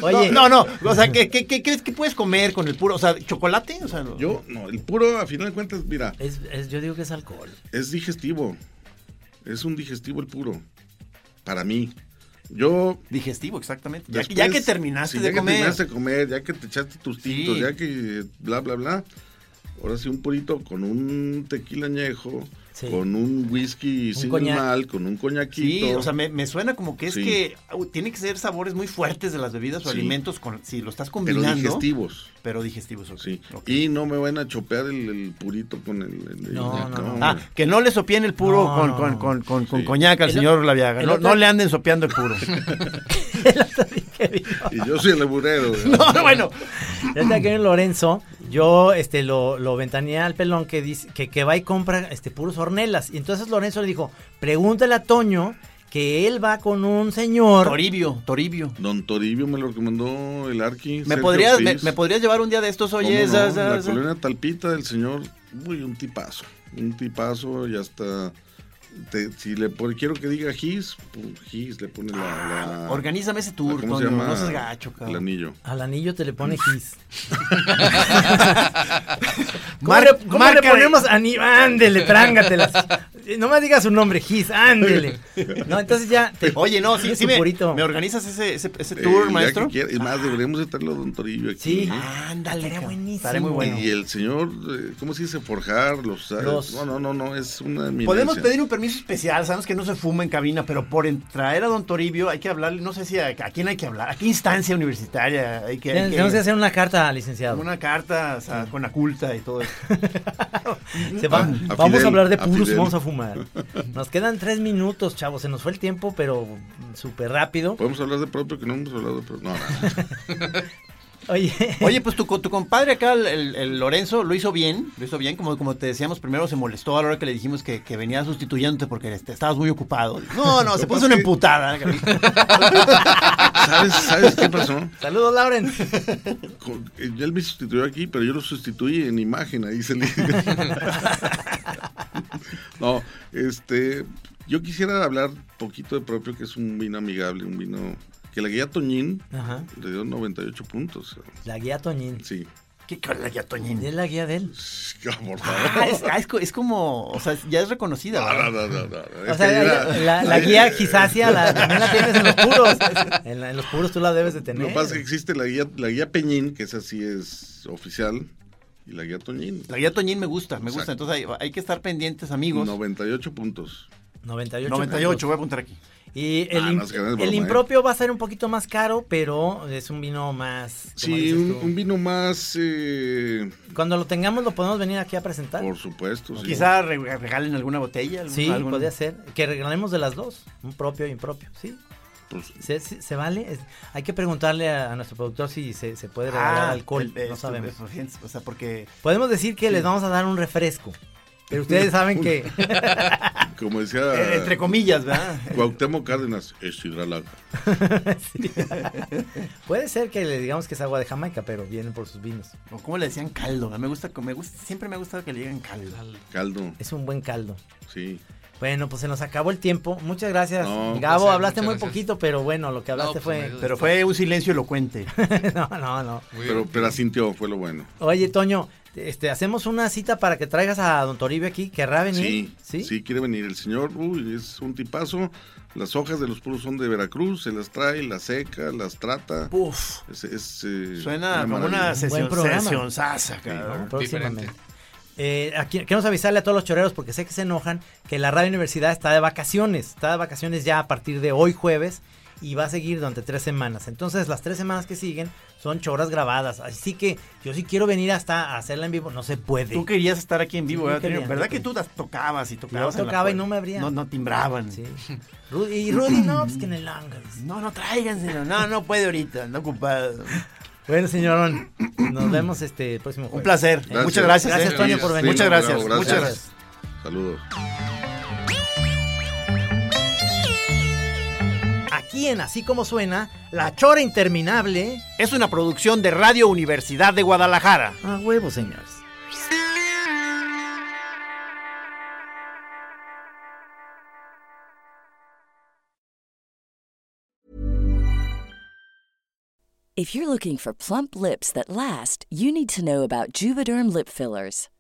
[SPEAKER 6] Oye,
[SPEAKER 5] No, no, no. O sea, ¿qué, qué, qué crees que puedes comer con el puro? O sea, ¿chocolate? O sea, no.
[SPEAKER 7] Yo, no, el puro, a final de cuentas, mira,
[SPEAKER 6] es- es- yo digo que es alcohol.
[SPEAKER 7] es digestivo. Es un digestivo el puro. Para mí. Yo
[SPEAKER 5] Digestivo, exactamente. Ya, que- ya
[SPEAKER 7] Después,
[SPEAKER 5] que terminaste
[SPEAKER 7] sí,
[SPEAKER 5] de
[SPEAKER 7] ya
[SPEAKER 5] comer.
[SPEAKER 7] Que terminaste de comer, ya que te echaste tus
[SPEAKER 5] Sí.
[SPEAKER 7] tintos, ya que eh, bla, bla, bla. Ahora sí, un purito con un tequila añejo,
[SPEAKER 6] Sí.
[SPEAKER 7] con un whisky sin
[SPEAKER 6] coñac.
[SPEAKER 7] mal, con un coñaquito.
[SPEAKER 5] Sí, o sea, me, me suena como que es
[SPEAKER 7] Sí.
[SPEAKER 5] que uh, tiene que ser sabores muy fuertes de las bebidas o
[SPEAKER 7] Sí.
[SPEAKER 5] alimentos con, si lo estás
[SPEAKER 7] pero
[SPEAKER 5] combinando.
[SPEAKER 7] digestivos.
[SPEAKER 5] Pero digestivos, ok,
[SPEAKER 7] Sí.
[SPEAKER 5] ok.
[SPEAKER 7] Y no me van a chopear el, el purito con el. el- el-
[SPEAKER 6] No, no, no.
[SPEAKER 5] Ah, que no le sopien el puro
[SPEAKER 6] No,
[SPEAKER 5] con,
[SPEAKER 6] no,
[SPEAKER 5] con,
[SPEAKER 6] no.
[SPEAKER 5] con, con, con
[SPEAKER 7] Sí.
[SPEAKER 5] coñac al
[SPEAKER 6] El
[SPEAKER 5] señor Laviaga.
[SPEAKER 6] el
[SPEAKER 5] No,
[SPEAKER 6] otro-
[SPEAKER 5] no le anden sopeando el puro.
[SPEAKER 6] El otro día que vino-
[SPEAKER 7] Y yo soy el burero.
[SPEAKER 5] no, bueno.
[SPEAKER 6] el otro día que vino Lorenzo, yo este, lo, lo ventaneé al pelón que dice que, que va y compra este, puros hornelas. Y entonces Lorenzo le dijo, pregúntale a Toño que él va con un señor.
[SPEAKER 5] Toribio, Toribio.
[SPEAKER 7] Don Toribio me lo recomendó el Arqui.
[SPEAKER 5] ¿Me
[SPEAKER 7] Sergio
[SPEAKER 5] podrías, me,
[SPEAKER 7] Ortiz.
[SPEAKER 5] me podrías llevar un día de estos? Oye,
[SPEAKER 7] ¿Cómo no?
[SPEAKER 5] esas-
[SPEAKER 7] la
[SPEAKER 5] esas-
[SPEAKER 7] colonia Talpita del señor, uy, un tipazo, un tipazo y hasta te- si le pon- quiero que diga Gis, pues, Gis le pone la, la-
[SPEAKER 5] Organízame ese
[SPEAKER 7] la-
[SPEAKER 5] Ah, tour,
[SPEAKER 7] ¿cómo se
[SPEAKER 5] Toño,
[SPEAKER 7] llama?
[SPEAKER 5] No seas gacho,
[SPEAKER 7] El
[SPEAKER 5] cabrón.
[SPEAKER 7] anillo.
[SPEAKER 6] Al anillo te le pone gis. ¿Cómo,
[SPEAKER 5] Mar-
[SPEAKER 6] le, cómo le
[SPEAKER 5] marca de-
[SPEAKER 6] ponemos anillo? Ándele, trángatelas. Eh, No me digas su nombre, gis, ándele. No, entonces ya. te-
[SPEAKER 5] Oye, no, sí,
[SPEAKER 6] tienes
[SPEAKER 5] sí
[SPEAKER 6] un
[SPEAKER 5] me,
[SPEAKER 6] purito.
[SPEAKER 5] ¿me organizas ese, ese, ese
[SPEAKER 7] Eh,
[SPEAKER 5] tour,
[SPEAKER 7] ya
[SPEAKER 5] maestro? Ah.
[SPEAKER 7] que quiera, y más, deberíamos de traerlo a Don Torillo aquí.
[SPEAKER 6] Sí.
[SPEAKER 7] ¿no?
[SPEAKER 5] Ándale,
[SPEAKER 6] Estaría
[SPEAKER 5] cabrón,
[SPEAKER 6] buenísimo.
[SPEAKER 5] Estaré muy bueno.
[SPEAKER 7] Y el señor, eh, ¿cómo se dice? Forjar, los, ah,
[SPEAKER 6] Los-
[SPEAKER 7] No, no, no, no, es una eminencia.
[SPEAKER 5] Podemos pedir un permiso especial, sabemos que no se fuma en cabina, pero por en- traer a don Toribio hay que hablarle, no sé si a, a quién hay que hablar, a qué instancia universitaria hay que, hay
[SPEAKER 6] Ten-
[SPEAKER 5] que-
[SPEAKER 6] Tenemos que hacer una carta, licenciado.
[SPEAKER 5] una carta o sea, con la culta y todo eso.
[SPEAKER 6] Se
[SPEAKER 5] Ah,
[SPEAKER 6] va-
[SPEAKER 7] A- a
[SPEAKER 6] vamos
[SPEAKER 7] Fidel,
[SPEAKER 6] a hablar de
[SPEAKER 7] a
[SPEAKER 6] puros,
[SPEAKER 7] Fidel.
[SPEAKER 6] vamos a fumar. Nos quedan tres minutos, chavos. Se nos fue el tiempo, pero súper rápido.
[SPEAKER 7] Podemos hablar de propio que no hemos hablado de propio. No, no.
[SPEAKER 6] Oye,
[SPEAKER 5] Oye, pues tu, co- tu compadre acá, el, el- el Lorenzo, lo hizo bien, lo hizo bien, como, como te decíamos, primero se molestó a la hora que le dijimos que, que venía sustituyéndote porque este, estabas muy ocupado. No, no, se puso una emputada.
[SPEAKER 7] ¿Sabes, ¿Sabes qué pasó?
[SPEAKER 6] saludos, Lauren.
[SPEAKER 7] Con- eh, Él me sustituyó aquí, pero yo lo sustituí en imagen, ahí se le... no, este, yo quisiera hablar poquito de propio, que es un vino amigable, un vino que la guía Toñín
[SPEAKER 6] Ajá,
[SPEAKER 7] le dio 98 puntos.
[SPEAKER 6] la guía Toñín.
[SPEAKER 7] Sí,
[SPEAKER 5] ¿Qué cara ya, Toñín?
[SPEAKER 6] Es la guía de él.
[SPEAKER 7] por favor.
[SPEAKER 5] Ah, es, ah, es co- es como, o sea, ya es reconocida.
[SPEAKER 7] No,
[SPEAKER 5] ¿verdad?
[SPEAKER 7] no, no, no, no, no,
[SPEAKER 6] O
[SPEAKER 7] es
[SPEAKER 6] sea,
[SPEAKER 7] que
[SPEAKER 6] la,
[SPEAKER 7] era-
[SPEAKER 6] la- la guía gisácea la, también la tienes en los puros. En, la- en los puros tú la debes de
[SPEAKER 7] Lo
[SPEAKER 6] tener.
[SPEAKER 7] que pasa es que existe la guía, la guía Peñín, que esa sí es oficial, y la guía Toñín.
[SPEAKER 5] La guía Toñín me gusta, me gusta.
[SPEAKER 7] Exacto.
[SPEAKER 5] Entonces hay, hay que estar pendientes, amigos.
[SPEAKER 7] 98 puntos.
[SPEAKER 6] 98.
[SPEAKER 5] 98, voy a apuntar aquí.
[SPEAKER 6] Y el,
[SPEAKER 7] Ah,
[SPEAKER 6] im-
[SPEAKER 7] no, es que no es
[SPEAKER 6] el
[SPEAKER 7] broma, ¿eh?
[SPEAKER 6] impropio va a ser un poquito más caro, pero es un vino más. como
[SPEAKER 7] Sí,
[SPEAKER 6] dices
[SPEAKER 7] un,
[SPEAKER 6] tú.
[SPEAKER 7] un vino más, eh,
[SPEAKER 6] Cuando lo tengamos, lo podemos venir aquí a presentar.
[SPEAKER 7] por supuesto. sí.
[SPEAKER 5] Quizá re- regalen alguna botella. algún-
[SPEAKER 6] Sí,
[SPEAKER 5] algún-
[SPEAKER 6] podría ser. Que regalemos de las dos, un propio y impropio, ¿sí?
[SPEAKER 7] Pues,
[SPEAKER 6] ¿Se, se- se vale? Es- hay que preguntarle a, a nuestro productor si se, se puede regalar
[SPEAKER 5] Ah,
[SPEAKER 6] alcohol,
[SPEAKER 5] el-
[SPEAKER 6] no
[SPEAKER 5] esto-
[SPEAKER 6] sabemos.
[SPEAKER 5] esto- O sea, porque
[SPEAKER 6] Podemos decir que les vamos a dar un refresco, pero ustedes saben que...
[SPEAKER 7] como
[SPEAKER 5] eh,
[SPEAKER 7] decía
[SPEAKER 5] entre comillas, ¿verdad?
[SPEAKER 7] Cuauhtémoc Cárdenas, es hidralaga.
[SPEAKER 6] sí. Puede ser que le digamos que es agua de Jamaica, pero vienen por sus vinos.
[SPEAKER 5] O ¿Cómo le decían caldo? Me gusta, me gusta, siempre me ha gustado que le digan caldo.
[SPEAKER 7] Caldo,
[SPEAKER 6] Es un buen caldo.
[SPEAKER 7] sí.
[SPEAKER 6] Bueno, pues se nos acabó el tiempo. Muchas gracias,
[SPEAKER 7] No, un
[SPEAKER 6] Gabo.
[SPEAKER 8] placer,
[SPEAKER 6] hablaste
[SPEAKER 8] pues muchas
[SPEAKER 6] muy
[SPEAKER 8] gracias.
[SPEAKER 6] poquito, pero bueno, lo que hablaste
[SPEAKER 8] No, pues,
[SPEAKER 6] fue...
[SPEAKER 8] me-
[SPEAKER 5] Pero fue un silencio elocuente.
[SPEAKER 6] no, no, no.
[SPEAKER 8] Muy
[SPEAKER 7] Pero,
[SPEAKER 8] bien.
[SPEAKER 7] pero la sintió, fue lo bueno.
[SPEAKER 6] Oye, Toño, este, hacemos una cita para que traigas a Don Toribio aquí. ¿Querrá venir?
[SPEAKER 7] Sí, sí, quiere venir el señor, uy, es un tipazo. Las hojas de los puros son de Veracruz, se las trae, las seca, las trata.
[SPEAKER 5] Uf,
[SPEAKER 7] Es- es, eh,
[SPEAKER 5] suena como
[SPEAKER 7] maravilla.
[SPEAKER 5] una sesión,
[SPEAKER 6] programa.
[SPEAKER 5] sesión sasa,
[SPEAKER 6] ¿no?
[SPEAKER 5] cabrón.
[SPEAKER 6] Próximamente.
[SPEAKER 8] Diferente.
[SPEAKER 6] Eh, aquí, queremos avisarle a todos los choreros, porque sé que se enojan, que la Radio Universidad está de vacaciones. Está de vacaciones ya a partir de hoy jueves y va a seguir durante tres semanas. Entonces, las tres semanas que siguen son choras grabadas. Así que yo sí quiero venir hasta a hacerla en vivo. No se puede.
[SPEAKER 5] Tú querías estar aquí en vivo,
[SPEAKER 6] Sí,
[SPEAKER 5] ¿verdad?
[SPEAKER 6] quería,
[SPEAKER 5] Trino? ¿Verdad
[SPEAKER 6] yo
[SPEAKER 5] que tú las tocabas y tocabas?
[SPEAKER 6] Yo
[SPEAKER 5] en la
[SPEAKER 6] tocaba y
[SPEAKER 5] puerta?
[SPEAKER 6] no me abrían.
[SPEAKER 5] No, no timbraban.
[SPEAKER 6] Sí. Rudy- y Rudy no, pues que en el Langas.
[SPEAKER 5] No, no tráiganselo. No, no puede ahorita, ando ocupado.
[SPEAKER 6] Bueno, señorón, nos vemos este el próximo jueves.
[SPEAKER 5] Un placer.
[SPEAKER 7] Gracias.
[SPEAKER 5] Muchas gracias.
[SPEAKER 6] Gracias,
[SPEAKER 5] ¿eh?
[SPEAKER 6] Toño, por venir.
[SPEAKER 5] Muchas gracias.
[SPEAKER 7] Bravo,
[SPEAKER 5] Muchas
[SPEAKER 7] gracias.
[SPEAKER 5] gracias.
[SPEAKER 7] Saludos.
[SPEAKER 6] Aquí en Así Como Suena, La Chora Interminable.
[SPEAKER 5] Es una producción de Radio Universidad de Guadalajara.
[SPEAKER 6] A huevo, señores.
[SPEAKER 2] If you're looking for plump lips that last, you need to know about Juvederm lip fillers.